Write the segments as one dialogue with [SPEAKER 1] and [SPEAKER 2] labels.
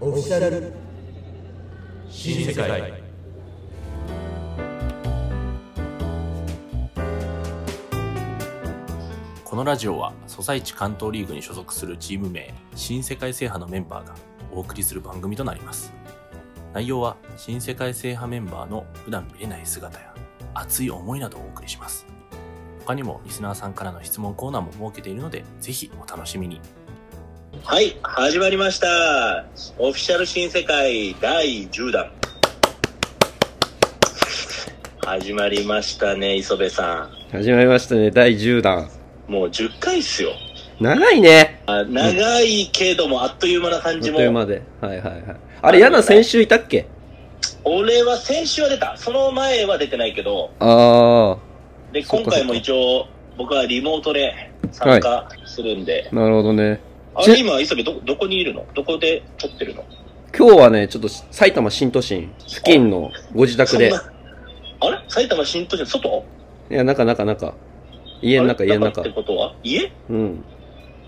[SPEAKER 1] オフィシャル
[SPEAKER 2] 新世界このラジオはソサイチ関東リーグに所属するチーム名新世界制覇のメンバーがお送りする番組となります内容は新世界制覇メンバーの普段見れない姿や熱い思いなどをお送りします他にもリスナーさんからの質問コーナーも設けているのでぜひお楽しみに
[SPEAKER 3] はい、始まりました。オフィシャル新世界第10弾。始まりましたね、磯部さ
[SPEAKER 4] 始まりましたね、第10弾。
[SPEAKER 3] ん。もう10回っすよ。
[SPEAKER 4] 長いね。
[SPEAKER 3] あ長いけども、あっという間な
[SPEAKER 4] あ
[SPEAKER 3] 感
[SPEAKER 4] っ
[SPEAKER 3] じ
[SPEAKER 4] という
[SPEAKER 3] も。
[SPEAKER 4] 間で。はいはいはい。あれ、やな先週いたっけ
[SPEAKER 3] 俺は先週は出た。その前は出てないけど、
[SPEAKER 4] あ
[SPEAKER 3] で、
[SPEAKER 4] そっ
[SPEAKER 3] 今
[SPEAKER 4] かそっ
[SPEAKER 3] 回
[SPEAKER 4] か
[SPEAKER 3] も一応、僕はリモートで参加するんで。
[SPEAKER 4] ー、なるほどね。
[SPEAKER 3] あ
[SPEAKER 4] ち
[SPEAKER 3] れ、今、磯部ど、どこにいるのどこで撮ってるの
[SPEAKER 4] 今日はね、ちょっと埼玉新都心付近のご自宅で
[SPEAKER 3] そん。なあれ埼玉新都市の外
[SPEAKER 4] いや、中中中。家の中、
[SPEAKER 3] あれ
[SPEAKER 4] 家の中
[SPEAKER 3] って。ことは家
[SPEAKER 4] うん。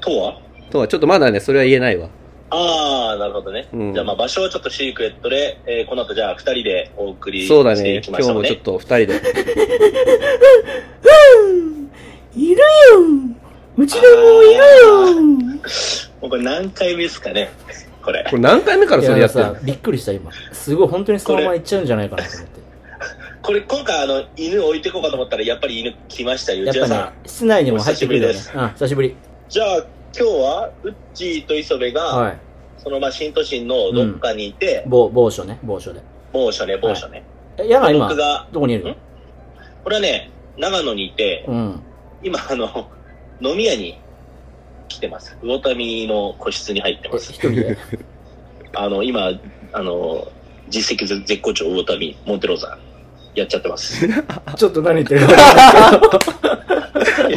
[SPEAKER 3] とは
[SPEAKER 4] とは、ちょっとまだね、それは言えないわ。
[SPEAKER 3] ああ、なるほどね。
[SPEAKER 4] うん
[SPEAKER 3] じゃあ、まあ、場所はちょっとシークレットで、えーこの後、じゃあ、二人でお送り
[SPEAKER 4] そうだ
[SPEAKER 3] してい
[SPEAKER 4] ね。
[SPEAKER 3] き
[SPEAKER 4] 今
[SPEAKER 3] まし
[SPEAKER 4] 日
[SPEAKER 3] ょう
[SPEAKER 4] も
[SPEAKER 3] ね。
[SPEAKER 4] ちょっと二人で。
[SPEAKER 5] いるようちのもいるよ
[SPEAKER 3] もうこれ何回目ですかね、これ。
[SPEAKER 4] これ何回目から
[SPEAKER 1] い
[SPEAKER 4] それや
[SPEAKER 1] や
[SPEAKER 4] ってるの
[SPEAKER 1] さびっくりした今すごい本当にそのままいっちゃうんじゃないかなと思って
[SPEAKER 3] これ、今回、あの、犬置いていこうかと思ったら、やっぱり犬来ましたよ、
[SPEAKER 1] や
[SPEAKER 3] 内
[SPEAKER 1] っ
[SPEAKER 3] 田さ
[SPEAKER 1] ぱ
[SPEAKER 3] ん
[SPEAKER 1] ね。室内にも入ってくるよ
[SPEAKER 3] お
[SPEAKER 1] ね
[SPEAKER 3] 久し
[SPEAKER 1] うん久しぶり
[SPEAKER 3] じゃあ、今日は、ウッチーと磯部が、
[SPEAKER 1] はい
[SPEAKER 3] その、まあ、新都心のどっかにいて、
[SPEAKER 1] 某某所ね某所で
[SPEAKER 3] 某所ね、某所ね。
[SPEAKER 1] えやな今
[SPEAKER 3] 僕が、
[SPEAKER 1] どこにいる
[SPEAKER 3] これはね、長野にいて、
[SPEAKER 1] うん
[SPEAKER 3] 今、あの、飲み屋に来てます。魚民の個室に入って
[SPEAKER 1] え
[SPEAKER 3] ます
[SPEAKER 1] 一。人で
[SPEAKER 3] あの、今、あの、実績絶好調、魚民、モンテローザ、やっちゃって ます。
[SPEAKER 1] ちょっと何言ってる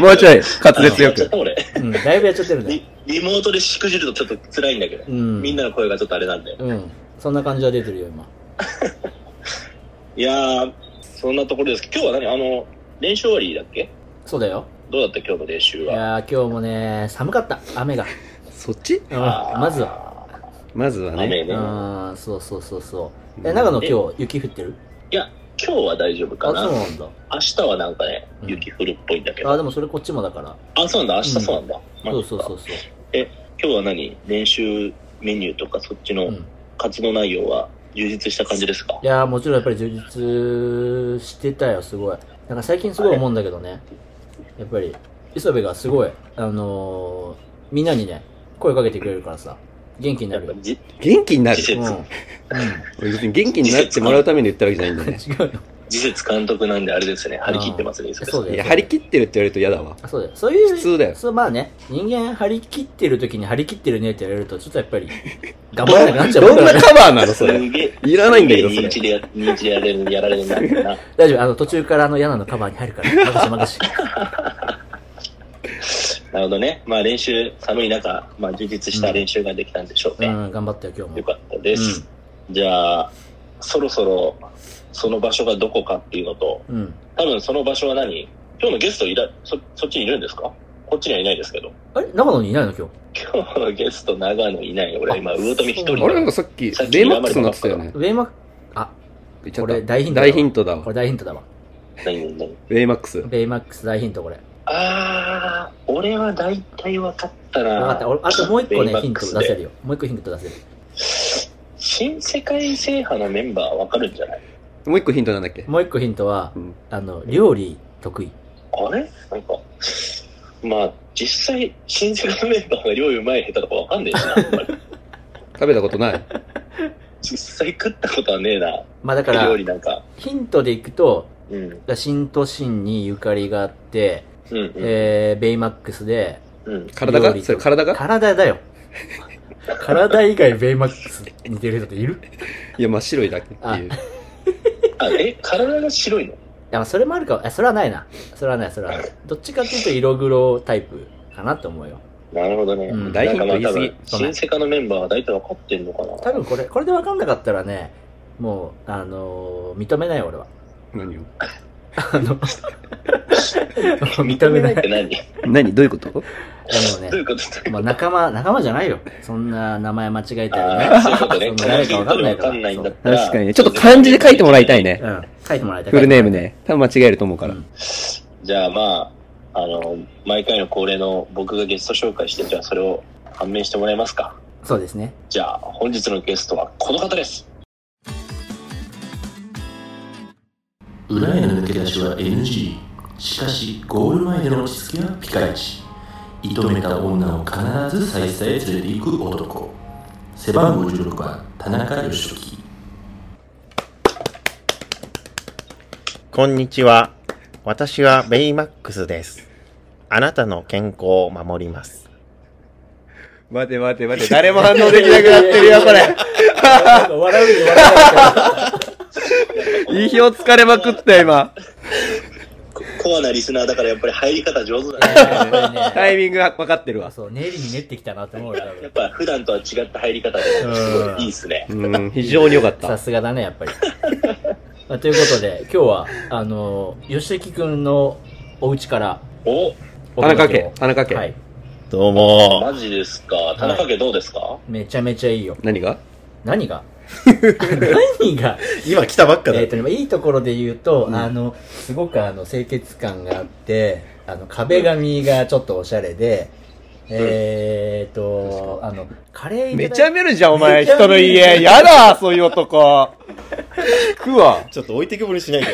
[SPEAKER 4] もうちょい、滑舌
[SPEAKER 3] や
[SPEAKER 4] よ
[SPEAKER 3] っちゃっ
[SPEAKER 4] く。
[SPEAKER 3] た俺。
[SPEAKER 1] うんだいぶやっちゃってるね
[SPEAKER 3] リリモートでしくじるとちょっと辛いんだけど、
[SPEAKER 1] うん
[SPEAKER 3] みんなの声がちょっとあれなんで。
[SPEAKER 1] うんそんな感じは出てるよ今
[SPEAKER 3] いやー、そんなところですけど、今日は何あの、練習終わりだっけ
[SPEAKER 1] そうだよ
[SPEAKER 3] どうだった今日の練習
[SPEAKER 1] い
[SPEAKER 3] は。
[SPEAKER 1] やー今日もね寒かった雨が
[SPEAKER 4] そっち
[SPEAKER 1] うん
[SPEAKER 3] あー
[SPEAKER 1] まずは
[SPEAKER 4] まずはね。
[SPEAKER 3] 雨ね。今
[SPEAKER 1] うんそうそうそうそうえ長野今日雪降ってる
[SPEAKER 3] 日は大丈夫か
[SPEAKER 1] あそう
[SPEAKER 3] な
[SPEAKER 1] なんだ
[SPEAKER 3] 明日はなんかね、
[SPEAKER 1] うん
[SPEAKER 3] 雪降るっぽいんだけど。
[SPEAKER 1] あでもそれこっちもだから
[SPEAKER 3] あ、そうなんだ。明日そうなんだ。マ
[SPEAKER 1] そう
[SPEAKER 3] ジ
[SPEAKER 1] そう
[SPEAKER 3] か
[SPEAKER 1] そうそう
[SPEAKER 3] 今日は何練習メニューとかそっち
[SPEAKER 1] う
[SPEAKER 3] の
[SPEAKER 1] ん
[SPEAKER 3] 活動内容は充実した感じですか
[SPEAKER 1] いやーもちろんやっぱり充実してたよすごいなんか最近すごい思うんだけどねやっぱり磯部がすごいあのー、みんなにね声かけてくれるからさ元気にな
[SPEAKER 3] やっ
[SPEAKER 1] る
[SPEAKER 3] ぱ
[SPEAKER 1] よ、
[SPEAKER 3] じ
[SPEAKER 4] 元気になる
[SPEAKER 3] 時。
[SPEAKER 1] うん、う
[SPEAKER 3] 節
[SPEAKER 1] ん、
[SPEAKER 4] 俺別に元気になってもらうために言ったわけじゃないんだね。
[SPEAKER 1] 違うよ
[SPEAKER 3] 時節監督なんであれです ね、張り切ってますね、磯部さ
[SPEAKER 1] そ
[SPEAKER 3] ん
[SPEAKER 1] うだよ
[SPEAKER 4] いや、張り切ってるって言われると嫌だわ。
[SPEAKER 1] あそうだよそういう
[SPEAKER 4] 普通だよ
[SPEAKER 1] そうまあね人間張り切ってる時に張り切ってるねって言われるとちょっとやっ ぱり頑張らなくなっちゃう
[SPEAKER 4] ど
[SPEAKER 1] か
[SPEAKER 4] んな
[SPEAKER 1] らね
[SPEAKER 4] カバーなのそれ。
[SPEAKER 3] すげえ
[SPEAKER 4] いらないんだけど
[SPEAKER 3] すげえ認知でや、 認知でやれる、やられるんだけどな。
[SPEAKER 1] 大丈夫あの途中からあのヤナのカバーに入るから任せ任せ
[SPEAKER 3] なるほどね。まあ練習、寒い中、まあ充実した練習ができたんでしょう
[SPEAKER 1] う
[SPEAKER 3] ね。
[SPEAKER 1] ん頑張ったよ今日
[SPEAKER 3] よ
[SPEAKER 1] も
[SPEAKER 3] かったです。じゃあ、そろそろ、その場所がどこかっていうのと、
[SPEAKER 1] うん、うん、
[SPEAKER 3] 多分その場所は何今日のゲストいら、そ、そっちにいるんですかこっちにはいないですけど。
[SPEAKER 1] あれ長野にいないの今日
[SPEAKER 3] 今日のゲスト長野いない。俺今、
[SPEAKER 1] あ
[SPEAKER 3] 魚富一人
[SPEAKER 1] そう
[SPEAKER 4] あれなんかさっき、ベイマックスになってたよね。
[SPEAKER 1] ウェイマックあ
[SPEAKER 4] 言っちゃっ
[SPEAKER 1] これ
[SPEAKER 4] た
[SPEAKER 1] 大ヒントだわ
[SPEAKER 4] 大ヒントだ
[SPEAKER 1] こ
[SPEAKER 4] わ。
[SPEAKER 1] れ大ヒン
[SPEAKER 3] 何
[SPEAKER 1] トだわ
[SPEAKER 3] 何
[SPEAKER 4] ベイマックス。
[SPEAKER 1] ベイマックス大ヒントこれ。
[SPEAKER 3] あー、俺は大体分かったな。
[SPEAKER 1] 分かった。俺あともう一個
[SPEAKER 3] ベイマ
[SPEAKER 1] ね、
[SPEAKER 3] ッ
[SPEAKER 1] ヒント
[SPEAKER 3] クス
[SPEAKER 1] 出せ
[SPEAKER 3] で。
[SPEAKER 1] るよ。もう一個ヒント出せる。
[SPEAKER 3] 新世界制覇のメンバー分かるんじゃない
[SPEAKER 4] もう一個ヒントなんだっけ
[SPEAKER 1] もう一個ヒントは
[SPEAKER 4] うん、
[SPEAKER 1] あの、料理得意。
[SPEAKER 3] あれなんか、まあ、実際、新世界メンバーが料理うまい下手とか分かんねえ しなあんまり。
[SPEAKER 4] 食べたことない。
[SPEAKER 3] 実際食ったことはねえな。
[SPEAKER 1] まあだか
[SPEAKER 3] 料
[SPEAKER 1] ら、
[SPEAKER 3] 理なんか。
[SPEAKER 1] ヒントでいくと、
[SPEAKER 3] うん。うん
[SPEAKER 1] 新都心にゆかりがあって、
[SPEAKER 3] うん。
[SPEAKER 1] えー、ベイマックスで、
[SPEAKER 3] うん。
[SPEAKER 4] 体
[SPEAKER 1] 料理
[SPEAKER 4] が
[SPEAKER 1] と
[SPEAKER 4] それ体が
[SPEAKER 1] 体だよ。体以外ベイマックス似てる人っている
[SPEAKER 4] いや、真っ白いだけっていう。
[SPEAKER 3] あ、え、体が白いの
[SPEAKER 1] いや、それもあるかも。え、それはないな。それはない、それはない。どっちかっていうと色黒タイプかなと思うよ。
[SPEAKER 3] なるほどね。
[SPEAKER 1] うん
[SPEAKER 4] 大ヒント
[SPEAKER 3] なんかまあ多
[SPEAKER 4] 言い
[SPEAKER 3] 分、
[SPEAKER 1] 過ぎ
[SPEAKER 3] 新世界のメンバーは大体分かってんのかな。
[SPEAKER 1] 多分これ、これで分かんなかったらね、もう、あのー認めないよ 俺は。
[SPEAKER 4] 何を
[SPEAKER 1] あの、認めない
[SPEAKER 3] って何
[SPEAKER 4] 何どういうこと
[SPEAKER 1] やでも
[SPEAKER 3] どうい
[SPEAKER 1] ね
[SPEAKER 3] う、ことどういうこと
[SPEAKER 1] まあ仲間、仲間じゃないよ。そんな名前間違えたり
[SPEAKER 3] あ
[SPEAKER 1] ね。
[SPEAKER 3] あ、そういうことね。
[SPEAKER 1] そんな
[SPEAKER 3] 誰
[SPEAKER 1] 誰
[SPEAKER 3] か
[SPEAKER 1] か
[SPEAKER 3] わ
[SPEAKER 1] わ
[SPEAKER 3] か
[SPEAKER 1] か
[SPEAKER 3] ん
[SPEAKER 1] ん
[SPEAKER 3] な
[SPEAKER 1] ないいか
[SPEAKER 3] んだ
[SPEAKER 1] ら
[SPEAKER 3] ったら。
[SPEAKER 4] 確かにね。ちょっと漢字で書いてもらいたいね。
[SPEAKER 1] うん。書いてもらいたい。
[SPEAKER 4] フルネームね。多分間違えると思うから
[SPEAKER 1] う。ん
[SPEAKER 3] じゃあまあ、あの、毎回の恒例の僕がゲスト紹介して、じゃあそれを判明してもらえますか。
[SPEAKER 1] そうですね。
[SPEAKER 3] じゃあ本日のゲストはこの方です。
[SPEAKER 2] 裏への抜け出しは NG しかしゴール前での落ち着きはピカイチ射止めた女を必ず再生へ連れて行く男背番号16番田中義樹
[SPEAKER 6] こんにちは。私はベイマックスです。あなたの健康を守ります。
[SPEAKER 4] 待て待て待て。誰も反応できなくなってるよ、こ れ。
[SPEAKER 1] なんか笑うよ、笑
[SPEAKER 4] 意表つかれまくったよ、 今。
[SPEAKER 3] コアなリスナーだからやっぱり入り方上手 だね。
[SPEAKER 1] うよ。やっぱりね
[SPEAKER 4] タイミングが分かってるわ。
[SPEAKER 1] そう、練りに練ってきたなって思うよ。
[SPEAKER 3] やっぱ普段とは違った入り方で、すごいいいっすね。
[SPEAKER 4] うん、非常に良かっ
[SPEAKER 1] さ
[SPEAKER 4] た。
[SPEAKER 1] すがだね、やっぱり。まあということで、今日は、あの、吉木くんのお家から
[SPEAKER 3] お
[SPEAKER 1] お
[SPEAKER 4] 田中
[SPEAKER 1] 届け
[SPEAKER 4] 家
[SPEAKER 1] を、
[SPEAKER 4] 田中
[SPEAKER 1] は
[SPEAKER 4] 家
[SPEAKER 1] い。。
[SPEAKER 6] どうも。
[SPEAKER 3] マジですか。田中家どうですか、
[SPEAKER 1] めちゃめちゃいいよ。
[SPEAKER 4] 何が
[SPEAKER 1] 何が何が
[SPEAKER 6] 今来たばっかだ
[SPEAKER 1] えっ、。とね、いいところで言うと、あの、すごくあの、清潔感があって、あの、壁紙がちょっとおしゃれで、えっと、あの、カレーいただい
[SPEAKER 4] めちゃめるじゃん、お
[SPEAKER 1] め
[SPEAKER 4] 前、
[SPEAKER 1] ちゃめ
[SPEAKER 4] 人
[SPEAKER 1] る
[SPEAKER 4] の家。やだ、そういう男。食うわ。
[SPEAKER 6] ちょっと置いてけぼりしないで。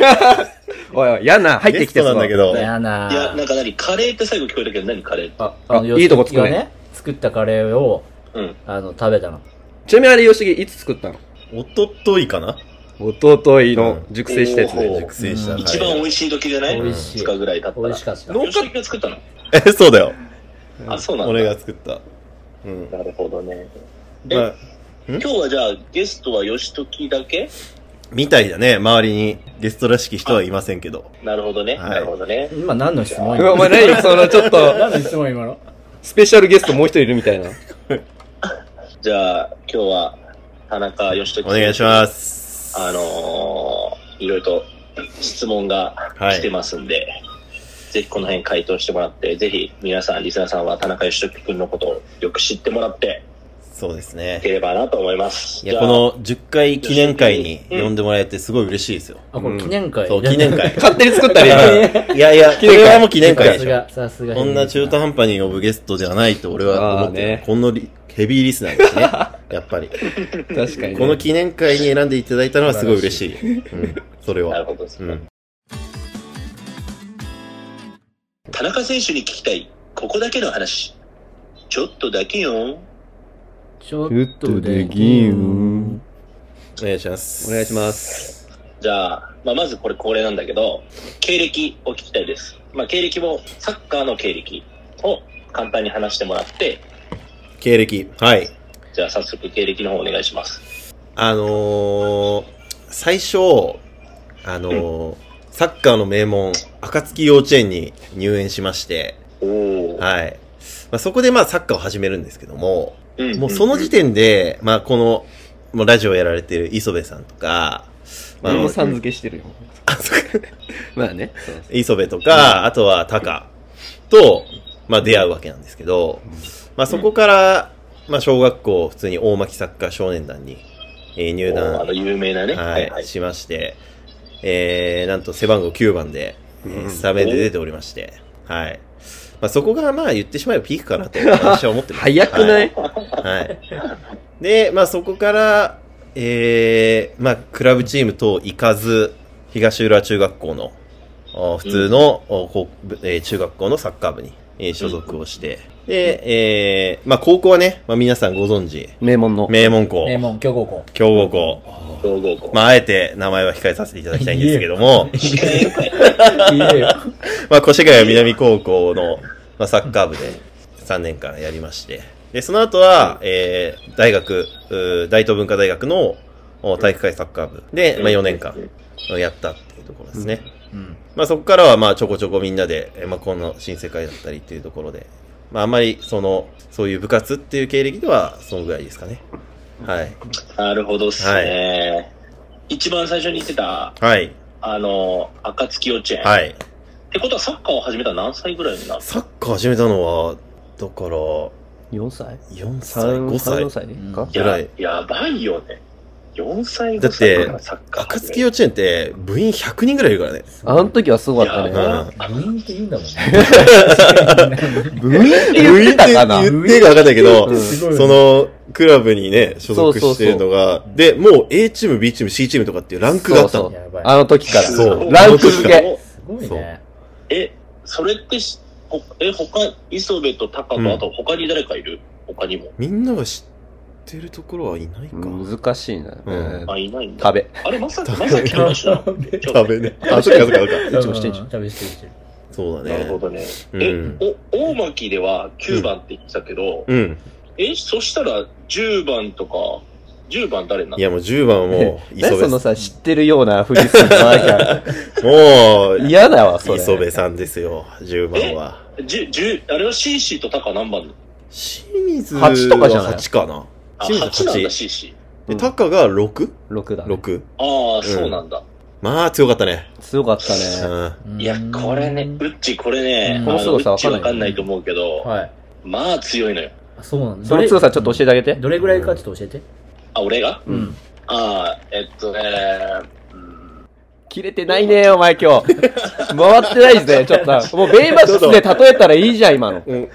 [SPEAKER 4] おいおい、やな、入ってきて
[SPEAKER 6] ゲストなんだけど。
[SPEAKER 1] やない
[SPEAKER 3] や、なんか何カレーって最後聞こえたけど何カレーって。
[SPEAKER 1] あ、
[SPEAKER 4] あ
[SPEAKER 1] あの、
[SPEAKER 4] いいとこ
[SPEAKER 1] 吉木が
[SPEAKER 4] つく
[SPEAKER 1] ね、作ったカレーを、
[SPEAKER 3] うん。
[SPEAKER 1] あの、食べたの。
[SPEAKER 4] ちなみにあれ、吉木、いつ作ったの
[SPEAKER 6] おとといかな
[SPEAKER 4] おとといの熟成したやつ
[SPEAKER 3] うんおー
[SPEAKER 4] ね。
[SPEAKER 6] 熟成した。
[SPEAKER 1] うん
[SPEAKER 6] はい
[SPEAKER 3] 一番美味しい時じゃない
[SPEAKER 1] 美味しい
[SPEAKER 3] 2日ぐらい経ったら。
[SPEAKER 1] 美味しかった。
[SPEAKER 4] 農家
[SPEAKER 3] 吉木が作ったの
[SPEAKER 6] え、そうだよ。
[SPEAKER 3] あ、そうなんだ。
[SPEAKER 6] 俺が作った。うん。
[SPEAKER 3] なるほどね。え
[SPEAKER 6] まあ、
[SPEAKER 3] 今日はじゃあゲストは吉時だけ
[SPEAKER 6] みたいだね。周りにゲストらしき人はいませんけど。
[SPEAKER 3] なるほどね。
[SPEAKER 6] はい
[SPEAKER 3] なるほどね。
[SPEAKER 1] 今何の質問
[SPEAKER 4] うわ、お前何その、ちょっと、
[SPEAKER 1] 何の質問今の
[SPEAKER 4] スペシャルゲストもう一人いるみたいな。
[SPEAKER 3] じゃあ今日は田中義時
[SPEAKER 6] お願いし
[SPEAKER 3] す。
[SPEAKER 6] ます。
[SPEAKER 3] あのー、いろいろと質問が来てますんで、ぜひこの辺回答してもらって、ぜひ皆さん、リスナーさんは田中義時君のことをよく知ってもらって
[SPEAKER 6] そうです
[SPEAKER 3] いけ
[SPEAKER 6] ね。
[SPEAKER 3] ればなと思います。
[SPEAKER 6] いや、
[SPEAKER 3] じゃあ
[SPEAKER 6] この10回記念会に呼んでもらえてすごい嬉しいですよ。
[SPEAKER 1] あ、これ記念会。
[SPEAKER 6] そう、記念 会。
[SPEAKER 4] 勝手に作 ったり
[SPEAKER 6] いやいや、これはもう記念会
[SPEAKER 1] さ
[SPEAKER 6] ですしょ。
[SPEAKER 1] が、さすが。
[SPEAKER 6] こんな中途半端に呼ぶゲストではないと俺は思ってる、
[SPEAKER 4] あーね
[SPEAKER 6] このリヘビーリスナーですね。やっぱり。
[SPEAKER 4] 確かにね。
[SPEAKER 6] この記念会に選んでいただいたのはすごい嬉しい。うん、それ
[SPEAKER 3] なる
[SPEAKER 6] は。
[SPEAKER 3] ほどです、
[SPEAKER 6] うん。
[SPEAKER 3] 田中選手に聞きたい、ここだけの話。ちょっとだけよ。
[SPEAKER 1] ちょ
[SPEAKER 4] ちょ
[SPEAKER 1] っ
[SPEAKER 4] っ
[SPEAKER 1] と
[SPEAKER 4] と
[SPEAKER 1] で
[SPEAKER 4] で
[SPEAKER 1] き
[SPEAKER 4] き
[SPEAKER 1] ん
[SPEAKER 4] ん。
[SPEAKER 6] お願いします。。
[SPEAKER 4] お願いします
[SPEAKER 3] じゃあ、まあ、まずこれ恒例なんだけど、経歴を聞きたいです。まあ、経歴も、サッカーの経歴を簡単に話してもらって、
[SPEAKER 6] 経歴。はい。
[SPEAKER 3] じゃあ早速経歴の方お願いします。
[SPEAKER 6] あのー、最初、あのー、サッカーの名門、暁幼稚園に入園しまして、
[SPEAKER 3] おお。
[SPEAKER 6] はい。まあ、そこでまあサッカーを始めるんですけども、
[SPEAKER 3] うん
[SPEAKER 6] もうその時点で、まあこの、もうラジオやられてる磯部さんとか、まああ
[SPEAKER 4] 俺
[SPEAKER 6] の
[SPEAKER 4] も、さん付けしてるよ。
[SPEAKER 6] あそうか
[SPEAKER 4] まあね。そうそう
[SPEAKER 6] 磯部とか、あとはタカと、まあ出会うわけなんですけど、まあそこから、まあ小学校、普通に大巻サッカー少年団に、えー入団、
[SPEAKER 3] おーあの、有名なね。
[SPEAKER 6] はい、しまして、えー、なんと背番号9番で、えースタメンで出ておりまして、はい。まあそこがまあ言ってしまえばピークかなと私は思ってます。
[SPEAKER 4] 早く
[SPEAKER 6] は
[SPEAKER 4] ないい
[SPEAKER 6] はい。で、まあそこから、えー、まあクラブチームと行かず、東浦中学校の、お普通の、おこうえー中学校のサッカー部に、えー所属をして、で、えー、まあ高校はね、まあ皆さんご存知、
[SPEAKER 4] 名門の。
[SPEAKER 6] 名門校、
[SPEAKER 1] 名門、強豪 校。
[SPEAKER 6] 強豪校、
[SPEAKER 3] 強豪校。
[SPEAKER 6] まああえて名前は控えさせていただきたいんですけども、
[SPEAKER 1] いいよ。
[SPEAKER 6] まあ越谷南高校の、まあ、サッカー部で3年間やりまして、で、その後は、えー、大学、うー大東文化大学のお体育会サッカー部で、まあ4年間やったっていうところですね。
[SPEAKER 1] うん。
[SPEAKER 6] まあそこからはまあちょこちょこみんなで、えーまあこの新世界だったりっていうところで、まああんまりその、そういう部活っていう経歴ではそのぐらいですかね。はい。
[SPEAKER 3] なるほどっすね。一番最初に言ってた、
[SPEAKER 6] はい。
[SPEAKER 3] あの、暁幼稚園。
[SPEAKER 6] はい。
[SPEAKER 3] ってことはサッカーを始めたのは何歳ぐらいになる
[SPEAKER 6] サッカー始めたのは、だから、4
[SPEAKER 4] ?4 歳
[SPEAKER 6] 歳、5
[SPEAKER 4] ?4
[SPEAKER 6] 歳
[SPEAKER 4] 歳
[SPEAKER 1] うん
[SPEAKER 4] か、
[SPEAKER 6] ぐらい。
[SPEAKER 3] やばいよね。4歳
[SPEAKER 6] だ
[SPEAKER 3] 5
[SPEAKER 6] っ
[SPEAKER 3] 歳
[SPEAKER 6] て
[SPEAKER 3] からサッカー始める。
[SPEAKER 6] 暁幼稚園って部員100人ぐらいいるからね。
[SPEAKER 4] あの時はすごかっ
[SPEAKER 6] う
[SPEAKER 4] た
[SPEAKER 6] ん。
[SPEAKER 4] ね。
[SPEAKER 1] 部員って言うんだもんね。
[SPEAKER 4] 部員って言ってたかな
[SPEAKER 6] 部員って言ってか分かんないけど、
[SPEAKER 4] うん
[SPEAKER 1] すごいね
[SPEAKER 6] そのクラブにね、所属
[SPEAKER 4] そうそうそう
[SPEAKER 6] してるのが、で、もう A チーム、B チーム、C チームとかっていうランクがあったの。
[SPEAKER 4] そう
[SPEAKER 1] やばい。
[SPEAKER 4] あの時から。
[SPEAKER 6] そうそう
[SPEAKER 4] ランク付け。
[SPEAKER 1] すごいね。
[SPEAKER 3] え、それってし、ほえ、他、磯部とタカ
[SPEAKER 6] うん
[SPEAKER 3] と、あと他に誰かいる他にも。
[SPEAKER 6] みんなが知ってるところはいないか。
[SPEAKER 4] 難しいな。
[SPEAKER 6] うん
[SPEAKER 4] えー
[SPEAKER 3] あ、いないんだ。
[SPEAKER 4] 食べ。
[SPEAKER 3] あれ、まさき、まさきの話なの
[SPEAKER 6] 食べ ね。あ、そっかそっかそっか。
[SPEAKER 1] うん
[SPEAKER 4] いつもしてんじゃん
[SPEAKER 1] 食べしてるしてる。
[SPEAKER 6] そうだ
[SPEAKER 3] なるほ
[SPEAKER 6] ね。
[SPEAKER 3] どね。
[SPEAKER 6] う
[SPEAKER 3] え
[SPEAKER 6] ん。、
[SPEAKER 3] お、大巻では9番って言ってたけど、
[SPEAKER 6] うん。
[SPEAKER 3] え、そしたら10番とか、10番誰ないの
[SPEAKER 6] や、もう10番はもう、
[SPEAKER 4] 何
[SPEAKER 6] 磯
[SPEAKER 4] その
[SPEAKER 6] 部
[SPEAKER 4] さ、知ってるようなフリするのなんか
[SPEAKER 6] もう、
[SPEAKER 4] 嫌だわ、それ。
[SPEAKER 6] 磯部さんですよ、10番は。
[SPEAKER 3] じゅじゅあれは CC とタカ何番なの
[SPEAKER 6] 清水は
[SPEAKER 4] 八とかじゃない
[SPEAKER 6] 8かな。
[SPEAKER 3] あ、
[SPEAKER 6] 清
[SPEAKER 3] 8なん
[SPEAKER 6] 水
[SPEAKER 3] だ
[SPEAKER 6] 8。
[SPEAKER 3] CC。
[SPEAKER 6] で、タカが 6?6。
[SPEAKER 4] 6だ。
[SPEAKER 6] 六
[SPEAKER 3] ああ、そうなんだ。
[SPEAKER 6] まあ、強かったね。
[SPEAKER 4] 強かった
[SPEAKER 6] う
[SPEAKER 4] ね。
[SPEAKER 6] ん。
[SPEAKER 1] うん
[SPEAKER 3] いや、これね、ウッチ、これね、
[SPEAKER 1] う
[SPEAKER 3] あ
[SPEAKER 4] こ
[SPEAKER 1] ん
[SPEAKER 4] の凄さ
[SPEAKER 3] ウッチわ
[SPEAKER 4] わ
[SPEAKER 3] か
[SPEAKER 4] か
[SPEAKER 3] ん
[SPEAKER 4] ん
[SPEAKER 3] な
[SPEAKER 4] ないい
[SPEAKER 3] と思うけど、
[SPEAKER 1] はい。
[SPEAKER 3] まあ強いのよ。
[SPEAKER 1] あそうなんだ。
[SPEAKER 4] その強さちょっと教えてあげて。
[SPEAKER 1] どれぐらいかちょっと教えて。
[SPEAKER 3] あ、俺が
[SPEAKER 1] うんん。
[SPEAKER 3] ああ、えっとね、うん
[SPEAKER 4] 切れてないね、お前今 日。回ってないですね、ちょっと。もうベイマックスで例えたらいいじゃん、今の。
[SPEAKER 3] 違う違う。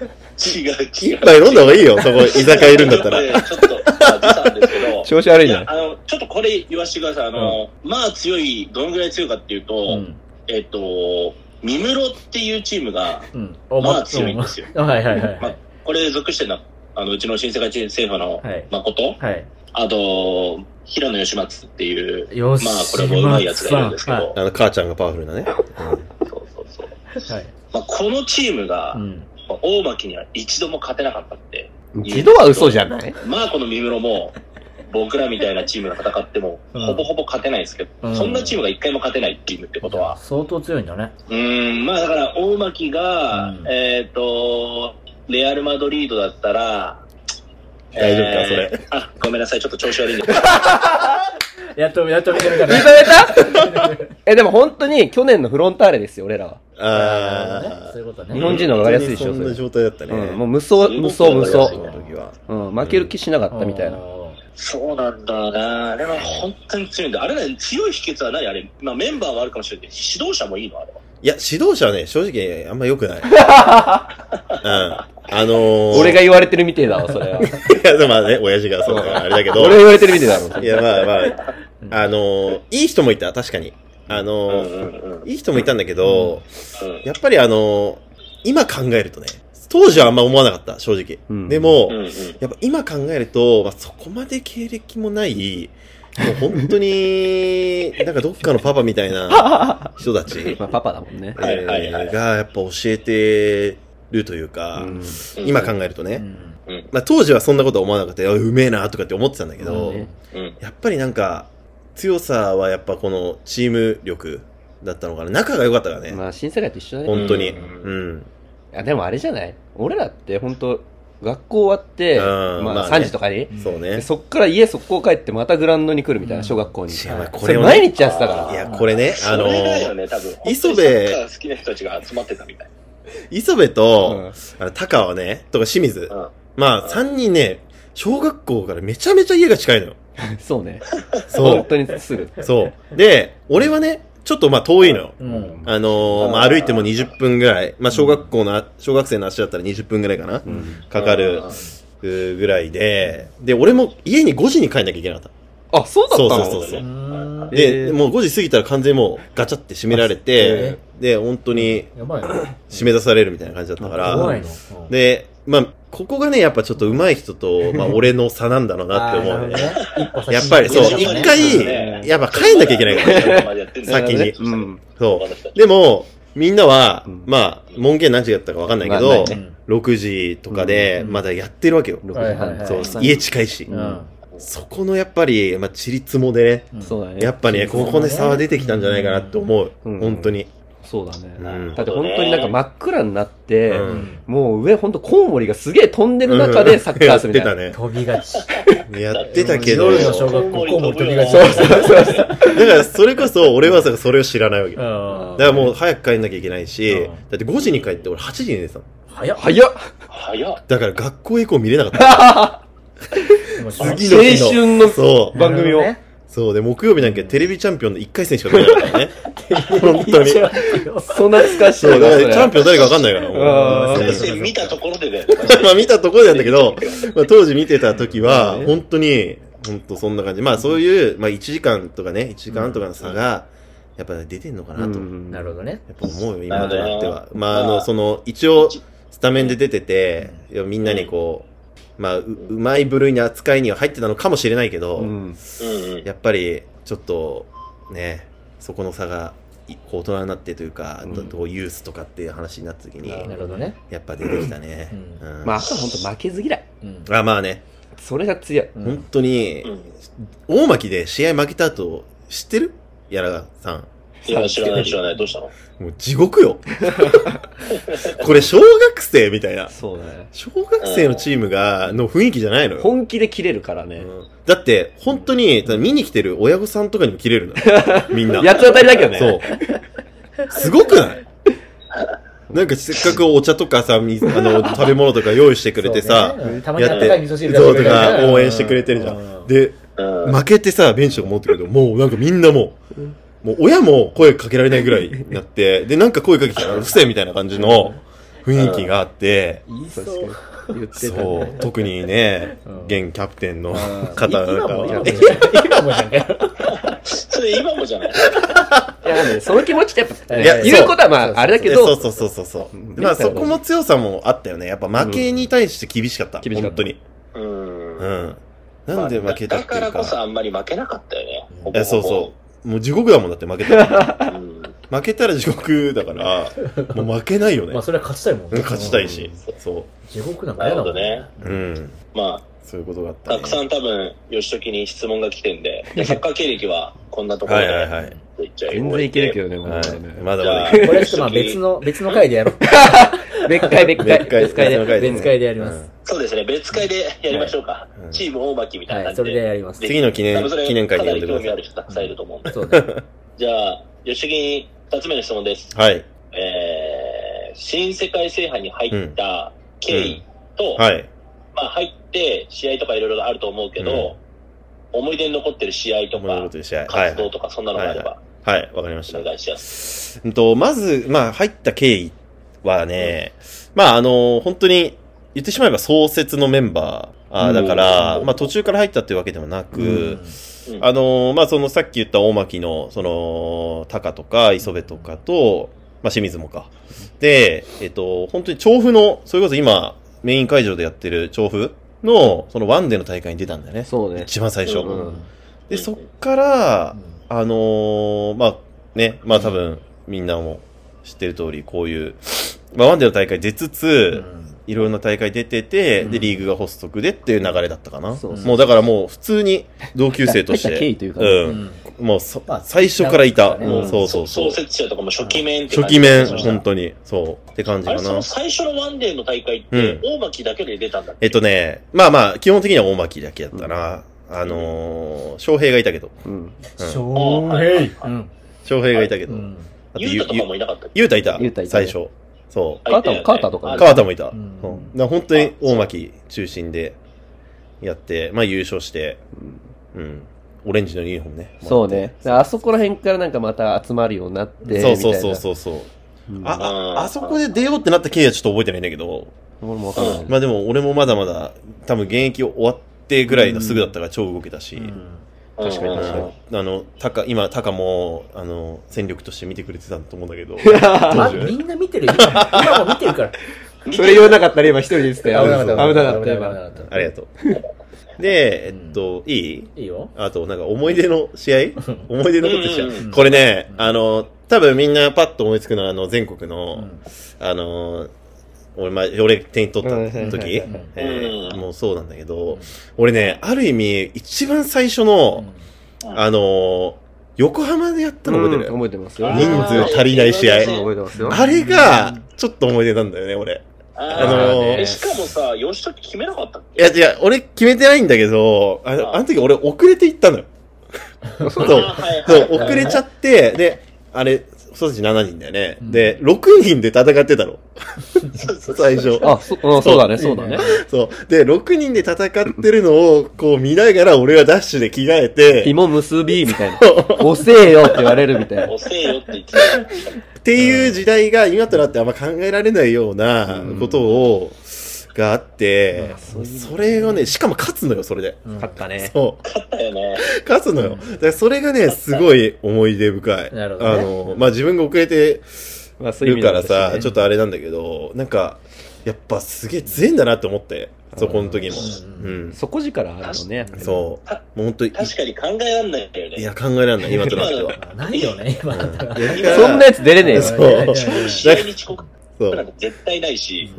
[SPEAKER 6] 一杯飲んだ方がいいよ、そこ、居酒屋いるんだったら。
[SPEAKER 3] ちょっと、まあ、時差ですけど、
[SPEAKER 4] 調子悪い
[SPEAKER 3] いや
[SPEAKER 4] ね。
[SPEAKER 3] あの、ちょっとこれ言わせてください。あの、まあ強い、どのぐらい強いかっていうと、
[SPEAKER 1] うん。
[SPEAKER 3] えっと、ミムロっていうチームが、
[SPEAKER 1] うん。
[SPEAKER 3] まあ強いんですよ。
[SPEAKER 1] あはいはいはいはい。
[SPEAKER 3] これ属してるのは、あの、うちの新世界中政府の
[SPEAKER 1] はい
[SPEAKER 3] 誠、
[SPEAKER 1] はい。
[SPEAKER 3] あと、平野義松っていう、
[SPEAKER 1] よし。
[SPEAKER 3] まあこれもうまいやつがいるんですけど、
[SPEAKER 1] は
[SPEAKER 6] あの、母ちゃんがパワフルなね。
[SPEAKER 3] そうそうそう。
[SPEAKER 1] いはい。
[SPEAKER 3] まあ、このチームが、
[SPEAKER 1] うん。
[SPEAKER 3] まあ大牧には一度も勝てなかったって。
[SPEAKER 4] 一度は嘘じゃない
[SPEAKER 3] まあこの三室も、僕らみたいなチームが戦っても、
[SPEAKER 1] うん
[SPEAKER 3] ほぼほぼ勝てないですけど、
[SPEAKER 1] うん
[SPEAKER 3] そんなチームが一回も勝てないチームってことは、
[SPEAKER 1] 相当強いんだね。
[SPEAKER 3] うーん、まあだから大牧が、
[SPEAKER 1] うん
[SPEAKER 3] えっ、と、レアル・マドリードだったら、
[SPEAKER 6] 大丈夫かそれ
[SPEAKER 3] れ。あ、ごめんなさい、ちょっと調子悪いんで。
[SPEAKER 1] やっと、やっと見てるか
[SPEAKER 4] 認
[SPEAKER 1] ら。
[SPEAKER 4] めた え、でも本当に去年のフロンターレですよ、俺らは。
[SPEAKER 1] なるほどね
[SPEAKER 6] あ
[SPEAKER 1] そういうことね。
[SPEAKER 4] 日本人の方が分かりやすいでしょ
[SPEAKER 6] そんな状態だったね。
[SPEAKER 4] うん、もう
[SPEAKER 6] う、
[SPEAKER 4] 無双、無双、
[SPEAKER 3] そう
[SPEAKER 4] 無
[SPEAKER 6] そ
[SPEAKER 4] 双。
[SPEAKER 6] の時は。
[SPEAKER 4] うん、負ける気しなかったみたいな。
[SPEAKER 1] な。
[SPEAKER 3] そうなんだよなあれは本当に強いんだ。あれね、強い秘訣は何あれ、まあメンバーはあるかもしれないけど、指導者もいいのあれは。
[SPEAKER 6] いや、指導者はね、正直、あんま良くない。うん。あのー、
[SPEAKER 4] 俺が言われてるみて えだわ、それは。
[SPEAKER 6] いや、でもまあね、親父がそうだから、あれだけど。
[SPEAKER 4] 俺が言われてるみてえだろ。
[SPEAKER 6] いや、まあまあ、あのー、いい人もいた、確かに。あ
[SPEAKER 3] う
[SPEAKER 6] のー、
[SPEAKER 3] んうんうんうん。
[SPEAKER 6] いい人もいたんだけど、
[SPEAKER 3] うん
[SPEAKER 6] やっぱりあのー、今考えるとね、当時はあんま思わなかった、正直。
[SPEAKER 4] うん
[SPEAKER 6] でも、
[SPEAKER 3] うんうん
[SPEAKER 6] やっぱ今考えると、まあ、そこまで経歴もない、もう本当 に、なんかどっかのパパみたいな人たち、え
[SPEAKER 4] まあ、パパだもんね。
[SPEAKER 3] はいはいはい
[SPEAKER 6] ーがやっぱ教えてるというか、
[SPEAKER 4] う
[SPEAKER 3] う
[SPEAKER 4] ん
[SPEAKER 3] ん
[SPEAKER 6] 今考えるとね、
[SPEAKER 1] うん。
[SPEAKER 6] まあ、当時はそんなことは思わなかったよ、うめえなとかって思ってたんだけど、
[SPEAKER 4] うん
[SPEAKER 3] うん
[SPEAKER 6] やっぱりなんか、強さはやっぱこのチーム力だったのかな。仲が良かったからね、
[SPEAKER 4] まあ、新世界と一緒だね。
[SPEAKER 6] 本当に。
[SPEAKER 3] う
[SPEAKER 6] うん。
[SPEAKER 4] いや、でもあれじゃない俺らって本当学校終わって、
[SPEAKER 6] うん
[SPEAKER 4] ま
[SPEAKER 6] まあ
[SPEAKER 4] あ、
[SPEAKER 6] ね
[SPEAKER 4] 3時とかに、
[SPEAKER 6] そう
[SPEAKER 4] で
[SPEAKER 6] ね。
[SPEAKER 4] そっから家速攻帰ってまたグラウンドに来るみたい
[SPEAKER 1] うん
[SPEAKER 4] な、小学校に。
[SPEAKER 6] いやまあこ
[SPEAKER 4] そ
[SPEAKER 6] れ
[SPEAKER 4] れ
[SPEAKER 6] をね
[SPEAKER 4] 毎日やってたか
[SPEAKER 6] い
[SPEAKER 4] ら。
[SPEAKER 6] や、これね、あ
[SPEAKER 3] あ
[SPEAKER 6] の
[SPEAKER 3] の
[SPEAKER 6] ー、
[SPEAKER 3] ね、多分。
[SPEAKER 6] 磯部
[SPEAKER 3] サッカー好きな人たちが集まってたみたい。
[SPEAKER 6] 磯部
[SPEAKER 4] うん
[SPEAKER 6] と、あの、タカはね、とか清水
[SPEAKER 3] う。ん。
[SPEAKER 6] まあ、三人ね、小学校からめちゃめちゃ家が近いのよ。
[SPEAKER 4] そうね。
[SPEAKER 6] そ
[SPEAKER 4] 本当にすぐ。
[SPEAKER 6] う。そう。で、俺はね、ちょっとまあ遠いのよ。
[SPEAKER 1] うん。
[SPEAKER 6] あのー、まあ歩いても20分ぐらい。まあ小学校のあ、小学生の足だったら20分ぐらいかな。
[SPEAKER 4] うん
[SPEAKER 6] かかる
[SPEAKER 3] うん
[SPEAKER 6] ぐらいで、で、俺も家に5時に帰んなきゃいけなかっ
[SPEAKER 4] あ、そうだ
[SPEAKER 6] た。
[SPEAKER 4] った
[SPEAKER 6] そうそう
[SPEAKER 4] の
[SPEAKER 6] そうそう。
[SPEAKER 1] うん
[SPEAKER 6] で、
[SPEAKER 4] えー
[SPEAKER 6] もう5時過ぎたら完全にもうガチャって閉められて、で、本当に
[SPEAKER 1] やばいな。
[SPEAKER 6] 閉め出されるみたいな感じだったか
[SPEAKER 1] 怖い
[SPEAKER 6] ら、
[SPEAKER 1] の。うん
[SPEAKER 6] で、まあ、ここがね、やっぱちょっと上手い人と、 まあ、俺の差なんだろうなって思うね。
[SPEAKER 1] う
[SPEAKER 6] やっぱりそう、
[SPEAKER 3] いや
[SPEAKER 6] 一回、やっぱ帰んなきゃいけない から、先に
[SPEAKER 4] うん。
[SPEAKER 6] そ
[SPEAKER 3] 他の人た
[SPEAKER 6] う。でも、みんなは
[SPEAKER 4] うん、
[SPEAKER 6] まあ、門限何時だったかわかんないけ
[SPEAKER 4] まあな
[SPEAKER 6] ど
[SPEAKER 4] い、ね
[SPEAKER 6] 6時とかで、
[SPEAKER 1] うん
[SPEAKER 6] まだやってるわけよ。
[SPEAKER 4] 6
[SPEAKER 1] はい
[SPEAKER 4] 時
[SPEAKER 1] はいはい
[SPEAKER 4] 半。
[SPEAKER 6] そう、家近いし
[SPEAKER 1] う。ん。
[SPEAKER 6] そこのやっぱり、まあ、ちりつもでね、
[SPEAKER 1] うん
[SPEAKER 4] そうだね。
[SPEAKER 6] やっぱね、ここで差は出てきたんじゃないかなって思う。
[SPEAKER 4] うん
[SPEAKER 6] 本当に。
[SPEAKER 4] そうだ
[SPEAKER 6] う
[SPEAKER 4] ね。
[SPEAKER 6] ん
[SPEAKER 4] だって本当になんか真っ暗になって、
[SPEAKER 6] う
[SPEAKER 1] うん
[SPEAKER 4] もう上本当コウモリがすげえ飛んでる中でサッカーするみたいな。
[SPEAKER 6] やって
[SPEAKER 1] 飛びがち。
[SPEAKER 6] たね。 やってた けど、
[SPEAKER 1] 夜
[SPEAKER 6] だ
[SPEAKER 1] の
[SPEAKER 6] か
[SPEAKER 1] 小学校、校も飛びがち。
[SPEAKER 3] そう
[SPEAKER 6] らそれこそ俺はさ、それを知らないわけ。だか
[SPEAKER 1] だ
[SPEAKER 6] らもう早く帰んなきゃいけないし、
[SPEAKER 1] う
[SPEAKER 6] だ
[SPEAKER 1] ん
[SPEAKER 6] って5時に帰って俺8時に寝てたの。
[SPEAKER 1] 早っ。
[SPEAKER 4] 早っ
[SPEAKER 3] 早っ。
[SPEAKER 6] だから学校以降見れなか った。
[SPEAKER 1] でも
[SPEAKER 6] 次の
[SPEAKER 1] なる
[SPEAKER 6] 日の
[SPEAKER 4] 青春の
[SPEAKER 6] そう。
[SPEAKER 1] ほどね
[SPEAKER 4] 番組を。
[SPEAKER 6] そうで、木曜日なんかテレビチャンピオンの1回戦しか見れなかった からね。本当に。
[SPEAKER 1] ち
[SPEAKER 6] そ
[SPEAKER 1] ょっ
[SPEAKER 6] う、
[SPEAKER 4] そんな懐かしい
[SPEAKER 6] だから
[SPEAKER 4] な
[SPEAKER 6] チャン
[SPEAKER 4] そ
[SPEAKER 6] ピオン誰かわかんないからもう。
[SPEAKER 4] あー
[SPEAKER 6] そう
[SPEAKER 3] 先
[SPEAKER 6] そう そう
[SPEAKER 3] 生見たところでだよ。
[SPEAKER 6] まあ見たところなんだけど、まあ、当時見てた時は、本当に、本当そんな感じ。まあそういう、まあ1時間とかね、1時間とかの差が、やっぱ出てんのかな
[SPEAKER 4] れ
[SPEAKER 6] と。や
[SPEAKER 1] なるほどね。
[SPEAKER 6] っぱ思うよ、今となっては。
[SPEAKER 3] うん
[SPEAKER 6] まああ
[SPEAKER 3] ま
[SPEAKER 6] の、
[SPEAKER 3] あ
[SPEAKER 6] その、一応、スタメンで出てて、いやみんなにこう、まあう、うまい部類に扱いには入ってたのかもしれないけど、
[SPEAKER 4] うん
[SPEAKER 3] うんうん。
[SPEAKER 6] やっぱり、ちょっと、ね、そこの差が、いこう大人になってというか、
[SPEAKER 4] うん
[SPEAKER 6] どうユースとかっていう話になった時に、
[SPEAKER 1] なるほどね。
[SPEAKER 6] やっぱ出てきたね。
[SPEAKER 1] う
[SPEAKER 6] うん
[SPEAKER 4] まああとは本当負けず嫌い
[SPEAKER 1] うん。
[SPEAKER 6] あ、まあね。
[SPEAKER 4] それが強い
[SPEAKER 1] うん
[SPEAKER 6] 本当に、
[SPEAKER 3] うん
[SPEAKER 6] 大巻で試合負けた後、知ってる柳川さん。
[SPEAKER 3] いや、知らない、知らない。どうしたの
[SPEAKER 6] もう地獄よ。これ小学生みたいな。
[SPEAKER 4] そうだね
[SPEAKER 6] 小学生のチームが、の雰囲気じゃないのよ。
[SPEAKER 4] 本気で切れるからね
[SPEAKER 6] うんだって、本当に、見に来てる親御さんとかにも切れるのよ。 みんな。
[SPEAKER 4] 八つ当たりだけどね
[SPEAKER 6] そう。すごくないなんかせっかくお茶とかさ、みあ の、食べ物とか用意してくれてさ、
[SPEAKER 1] そうねうんたまにあった
[SPEAKER 6] や
[SPEAKER 1] か
[SPEAKER 6] っ
[SPEAKER 1] い
[SPEAKER 6] て
[SPEAKER 1] 味噌汁
[SPEAKER 6] そう
[SPEAKER 1] 出
[SPEAKER 6] と
[SPEAKER 1] してくれるね
[SPEAKER 6] か応援してくれてるじゃ。
[SPEAKER 1] うん
[SPEAKER 6] で、
[SPEAKER 3] うん。
[SPEAKER 6] 負けてさ、ベンチとか持ってくると、もうなんかみんなもう、もう親も声かけられないぐらいになって、で、なんか声かけたらうるせえみたいな感じの雰囲気があって、
[SPEAKER 1] 言いそう。
[SPEAKER 4] 確かに言ってた
[SPEAKER 6] そ
[SPEAKER 4] ね
[SPEAKER 6] う、特にね
[SPEAKER 1] うん、
[SPEAKER 6] 現キャプテンの
[SPEAKER 4] ん
[SPEAKER 6] 方なん
[SPEAKER 1] 今
[SPEAKER 6] か
[SPEAKER 1] も、今
[SPEAKER 6] は
[SPEAKER 1] も、じゃん。今もじゃんかよ。
[SPEAKER 3] それ今もじゃない
[SPEAKER 4] いやでもねその気持ちってやっぱ
[SPEAKER 6] いや
[SPEAKER 4] 言うことはま
[SPEAKER 1] そう
[SPEAKER 4] ああれだけ
[SPEAKER 6] え
[SPEAKER 4] ど
[SPEAKER 6] そうそうそうそうそう。まあそこも強さもあったよね。やっぱ負けに対して厳しかった。
[SPEAKER 4] ん厳しか
[SPEAKER 6] 本
[SPEAKER 4] った
[SPEAKER 6] 当に。
[SPEAKER 3] うん
[SPEAKER 6] う。ん。なんで負けたって
[SPEAKER 3] だ
[SPEAKER 6] い
[SPEAKER 3] か
[SPEAKER 6] う
[SPEAKER 3] らこそ
[SPEAKER 6] か。
[SPEAKER 3] あんまり負けなかったよね。ほぼほぼ
[SPEAKER 6] えそうそう。もう地獄だもんだって負けた ら。
[SPEAKER 3] うん。
[SPEAKER 6] 負けたら地獄だから、もう負けないよね
[SPEAKER 1] まあ、。それは勝ちたいもん
[SPEAKER 6] うん
[SPEAKER 1] ね。
[SPEAKER 6] 勝ちたいし。そ
[SPEAKER 1] 地獄なんか
[SPEAKER 3] な
[SPEAKER 1] 嫌
[SPEAKER 3] る
[SPEAKER 1] だ
[SPEAKER 3] ほど
[SPEAKER 1] もんね
[SPEAKER 3] ね。。
[SPEAKER 6] う。うん。
[SPEAKER 3] まあ、
[SPEAKER 6] そういうことがあったね。
[SPEAKER 3] たくさん多分、吉時に質問が来てんで、でサッカー経歴はこんなところ
[SPEAKER 6] は
[SPEAKER 3] で、
[SPEAKER 6] いはいはい。
[SPEAKER 3] 言っちゃう
[SPEAKER 4] 全然いけるけ
[SPEAKER 3] ど。
[SPEAKER 4] どねまだ
[SPEAKER 6] はい
[SPEAKER 4] ね
[SPEAKER 6] まだま
[SPEAKER 3] じゃ
[SPEAKER 6] だ
[SPEAKER 3] あ、
[SPEAKER 6] いけ
[SPEAKER 1] これちょっとまあ別の、別の回でやろう。
[SPEAKER 4] 別回別回
[SPEAKER 6] 別回
[SPEAKER 4] 別回で
[SPEAKER 6] 別回
[SPEAKER 1] 別会でやります。
[SPEAKER 3] そうですね、別会でやりましょうか。
[SPEAKER 6] いうん
[SPEAKER 3] チーム大巻みたいな
[SPEAKER 1] は
[SPEAKER 3] 感
[SPEAKER 1] い、そ
[SPEAKER 3] じ
[SPEAKER 1] れ
[SPEAKER 3] で。
[SPEAKER 1] でやります。
[SPEAKER 6] 次の記
[SPEAKER 3] 多
[SPEAKER 6] 念
[SPEAKER 3] 分それ、
[SPEAKER 6] 記念会
[SPEAKER 3] か
[SPEAKER 6] に
[SPEAKER 3] な
[SPEAKER 6] 呼ん
[SPEAKER 3] り
[SPEAKER 6] でく
[SPEAKER 3] 興味
[SPEAKER 6] だ
[SPEAKER 3] ある人たくさんいると思うんで。
[SPEAKER 1] そうね。
[SPEAKER 3] じゃあ、吉時に二つ目の質問です。
[SPEAKER 6] さい。はい。
[SPEAKER 3] えー、新世界制覇に入った経緯と、
[SPEAKER 6] はい。
[SPEAKER 3] まあ入って試合とかいろいろあると思うけど、思い出に残ってる試合と
[SPEAKER 6] 思い出の
[SPEAKER 3] か
[SPEAKER 6] こ、とで試合。は
[SPEAKER 3] 活
[SPEAKER 6] い
[SPEAKER 3] 動。とかそんなのがあれば、
[SPEAKER 6] はい。わかりまし
[SPEAKER 3] お
[SPEAKER 6] た。
[SPEAKER 3] 願いします。
[SPEAKER 6] うんと、まず、まあ、入った経緯はね、まあ、あの、本当に、言ってしまえば創設のメンバー、あーだから、
[SPEAKER 3] うん
[SPEAKER 6] まあ、途中から入ったっていうわけでもなく、
[SPEAKER 3] うん
[SPEAKER 6] あの、まあ、その、さっき言った大巻の、その、タカとか、磯部とかと、まあ、清水もか。で、えっと、本当に調布の、それこそ今、メイン会場でやってる調布の、そのワンデーの大会に出たんだよね。
[SPEAKER 4] そうね
[SPEAKER 6] 一番最初。
[SPEAKER 3] う
[SPEAKER 1] うん
[SPEAKER 3] ん
[SPEAKER 6] で、そっから、
[SPEAKER 1] う
[SPEAKER 6] あのーまあ、ね、まあ多分、みんなも知ってる通り、こういう、まあワンデーの大会出つつ、
[SPEAKER 1] ん
[SPEAKER 6] いろんな大会出てて、
[SPEAKER 1] うん
[SPEAKER 6] で、リーグが発足でっていう流れだったかな。
[SPEAKER 4] そうそう
[SPEAKER 6] もうだからもう普通に同級生とし
[SPEAKER 4] 入った経緯
[SPEAKER 6] て、
[SPEAKER 4] というかね
[SPEAKER 6] うん、
[SPEAKER 1] ん
[SPEAKER 6] もうそ
[SPEAKER 1] まあ
[SPEAKER 6] 最初からいた。
[SPEAKER 1] うん
[SPEAKER 6] もうそうそうそ
[SPEAKER 3] 創
[SPEAKER 6] う。
[SPEAKER 3] 設者とかも初期面って
[SPEAKER 6] 初
[SPEAKER 3] 感
[SPEAKER 6] 期
[SPEAKER 3] じ
[SPEAKER 6] 面、
[SPEAKER 3] そしたら
[SPEAKER 6] 本当に、そう、って感じ
[SPEAKER 3] あ
[SPEAKER 6] か
[SPEAKER 3] れ、そ
[SPEAKER 6] な
[SPEAKER 3] の。最初のワンデーの大会っ
[SPEAKER 6] う
[SPEAKER 3] て
[SPEAKER 6] ん、
[SPEAKER 3] 大巻だけで出たんだっけ
[SPEAKER 6] えっとね、まあまあ、基本的には大巻だけだったな。あのー、翔平がいたけど。
[SPEAKER 4] うん
[SPEAKER 1] 翔平うん。
[SPEAKER 6] 翔平がいたけど。
[SPEAKER 1] うん。
[SPEAKER 6] あと
[SPEAKER 3] ゆうたとかもいなかったっけ
[SPEAKER 6] ゆうたいた
[SPEAKER 4] ゆうたい。た
[SPEAKER 6] 最
[SPEAKER 4] ね
[SPEAKER 6] 初。そう。
[SPEAKER 4] カーターカーターとかね
[SPEAKER 6] 川田もいた。
[SPEAKER 1] うん
[SPEAKER 6] うんだから本当に大巻中心でやって、まあ優勝して、うん。オレンジのユニフォームね。
[SPEAKER 4] そうね。だからあそこら辺からなんかまた集まるようになって。
[SPEAKER 6] そうそうそう
[SPEAKER 4] う。
[SPEAKER 6] そうそう。
[SPEAKER 4] うん、
[SPEAKER 6] あ、
[SPEAKER 3] うん
[SPEAKER 6] あ、あそこで出ようってなった経緯はちょっと覚えてないんだけど、
[SPEAKER 4] 俺もわかんない。
[SPEAKER 6] まあでも俺もまだまだ、多分現役終わってぐらいのすぐだったから超動けたし、
[SPEAKER 3] 確
[SPEAKER 4] かに
[SPEAKER 6] うん
[SPEAKER 4] 確かに
[SPEAKER 6] あの、タカ、今、タカも、あの、戦力として見てくれてたと思うんだけ ど、
[SPEAKER 1] ま
[SPEAKER 6] 当時はね
[SPEAKER 1] みんな見てるよ。今今も見てるから。
[SPEAKER 4] それ言わなかったら今一人ですって。
[SPEAKER 1] 危
[SPEAKER 4] 危なかった。危なかった。
[SPEAKER 1] 危な
[SPEAKER 4] 今
[SPEAKER 1] かった
[SPEAKER 6] ありがとう。で、えっと、いい
[SPEAKER 1] いいよ。
[SPEAKER 6] あと、なんか思い出の試合思い出のこと試
[SPEAKER 3] うんうん
[SPEAKER 1] うん
[SPEAKER 6] 合これね
[SPEAKER 1] う、ん
[SPEAKER 6] あの、多分みんなパッと思いつくのは、あの、全国
[SPEAKER 1] う
[SPEAKER 6] の、
[SPEAKER 1] ん
[SPEAKER 6] あの、俺、ま、俺点取った時
[SPEAKER 4] うん
[SPEAKER 6] えー
[SPEAKER 3] うん
[SPEAKER 6] もうそうなんだけ
[SPEAKER 1] う
[SPEAKER 6] ど
[SPEAKER 1] ん、
[SPEAKER 6] 俺ね、ある意味、一番最初
[SPEAKER 1] う
[SPEAKER 6] の
[SPEAKER 1] ん、
[SPEAKER 6] あの、横浜でやったの覚えて
[SPEAKER 4] うん
[SPEAKER 6] る
[SPEAKER 4] 覚えてますよ。
[SPEAKER 3] あ
[SPEAKER 4] う
[SPEAKER 3] ー
[SPEAKER 4] ん
[SPEAKER 6] 人数足りない試合
[SPEAKER 3] うん
[SPEAKER 4] 覚えてますよ。
[SPEAKER 6] あれが、ちょっと思い出なんだよね、俺。あ
[SPEAKER 3] あ
[SPEAKER 6] のー
[SPEAKER 3] ーえしかもさ、吉時決めなかったっ
[SPEAKER 6] いや、違う、俺決めてないんだけど、あのあの時俺遅れて行ったのよ。
[SPEAKER 3] け
[SPEAKER 6] そう
[SPEAKER 3] あーはい
[SPEAKER 6] そ
[SPEAKER 3] は
[SPEAKER 6] う、遅れちゃって、で、あれ、ソーセージ7人だよね。
[SPEAKER 1] うん
[SPEAKER 6] で、6人で戦って たろ。最初。
[SPEAKER 4] あ、そ、うん、そうだね、そうだね。
[SPEAKER 6] そう。で、6人で戦ってるのを、こう見ながら俺はダッシュで着替えて、
[SPEAKER 4] 紐結びみたいな。押せよって言われるみたいな。
[SPEAKER 3] 遅えよって言ってたよ。
[SPEAKER 6] っていう時代が今となってあんま考えられないようなことを、があって、それをね、しかも勝つのよ、それで。
[SPEAKER 1] うん
[SPEAKER 4] 勝ったね。
[SPEAKER 6] そう。
[SPEAKER 3] 勝ったよね。
[SPEAKER 6] 勝つのよ。だからそれがね、すごい思い出深い。
[SPEAKER 1] なるほどね
[SPEAKER 6] あの、まあ、自分が遅れて
[SPEAKER 4] まあ、そういう意
[SPEAKER 6] る
[SPEAKER 4] 味
[SPEAKER 6] か
[SPEAKER 4] な
[SPEAKER 6] ら
[SPEAKER 4] んだ
[SPEAKER 6] さ、
[SPEAKER 4] しね
[SPEAKER 6] ちょっとあれなんだけど、なんか、やっぱすげえ強いんだなって思って、そこの時も。
[SPEAKER 1] う
[SPEAKER 6] うん。
[SPEAKER 4] 底力あるよね。
[SPEAKER 6] そう。もう本当に、
[SPEAKER 3] 確かに考えらんないよね。
[SPEAKER 6] いや、考えらんない、今となっては。
[SPEAKER 1] ないよね、今だったら。
[SPEAKER 6] いやだから
[SPEAKER 4] そんなやつ出れねえよ。
[SPEAKER 6] そう
[SPEAKER 3] 試合に遅刻
[SPEAKER 6] そ
[SPEAKER 3] なん
[SPEAKER 6] う。
[SPEAKER 3] か絶対ないし、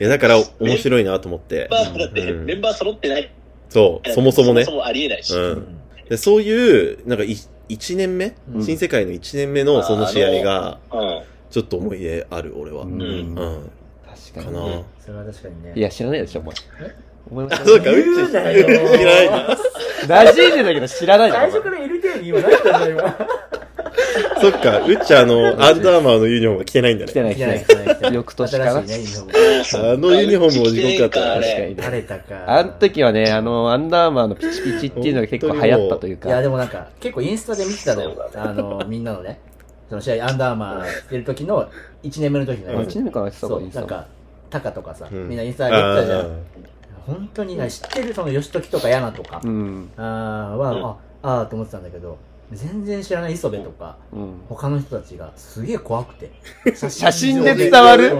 [SPEAKER 6] いや、だから面白いなと思って。
[SPEAKER 3] メンバーだって
[SPEAKER 6] うん
[SPEAKER 3] メンバー揃ってない。
[SPEAKER 6] そう、そもそもね
[SPEAKER 3] そ。もありえないし。
[SPEAKER 6] うん。でそういう、なんかい、1年目
[SPEAKER 1] うん
[SPEAKER 6] 新世界の1年目のその試合が、
[SPEAKER 3] うん
[SPEAKER 6] ちょっと思い出ある、俺は。うん。
[SPEAKER 3] ん
[SPEAKER 4] 確
[SPEAKER 6] か
[SPEAKER 4] かに。
[SPEAKER 6] な
[SPEAKER 1] それは確かにね。
[SPEAKER 4] いや、知らないでしょ、お前。お前も知ら
[SPEAKER 6] そう
[SPEAKER 4] な
[SPEAKER 6] か、うち
[SPEAKER 1] 言うなよ
[SPEAKER 6] 知らないな。
[SPEAKER 4] い。馴染んでたけど知らないで
[SPEAKER 1] 最
[SPEAKER 4] しょ
[SPEAKER 1] 初
[SPEAKER 4] お
[SPEAKER 1] か
[SPEAKER 4] 前。
[SPEAKER 1] ら LT に今ないんだよ、
[SPEAKER 6] そっか、うちあの、アンダーマーのユニフォームは着てないんだ
[SPEAKER 4] 来て
[SPEAKER 6] ね。
[SPEAKER 4] ない、
[SPEAKER 1] 今。
[SPEAKER 4] 来てない。翌年かな
[SPEAKER 1] 新しいね、日本語。
[SPEAKER 6] あのユニフォームも地獄だった
[SPEAKER 3] あ
[SPEAKER 4] 確
[SPEAKER 3] れ
[SPEAKER 4] かにね。
[SPEAKER 1] 慣れたか。
[SPEAKER 4] あの時はね、あの、アンダーマーのピチピチっていうのが結構流行ったという
[SPEAKER 1] いや、
[SPEAKER 4] か。
[SPEAKER 1] でもなんか、結構インスタで見てたのよ。あの、みんなのね。その試合、アンダーマーしてる時の、1年目の時の
[SPEAKER 6] うん
[SPEAKER 1] や
[SPEAKER 4] 1
[SPEAKER 1] つ。
[SPEAKER 4] 年目からやってた方
[SPEAKER 1] そ、
[SPEAKER 4] がいういさ
[SPEAKER 1] なん。か、タカとかさ、
[SPEAKER 6] うん
[SPEAKER 1] みんなインスタ
[SPEAKER 6] あ
[SPEAKER 1] 上げてたじゃん。
[SPEAKER 6] ー
[SPEAKER 1] 本当にね、知ってるその、義時とかヤナとか、
[SPEAKER 4] うん。
[SPEAKER 1] あーは、あ、あーと思ってたんだけど、全然知らない磯部とか、
[SPEAKER 4] うん。
[SPEAKER 1] 他の人たちがすげえ怖くて。
[SPEAKER 4] 写真で伝わる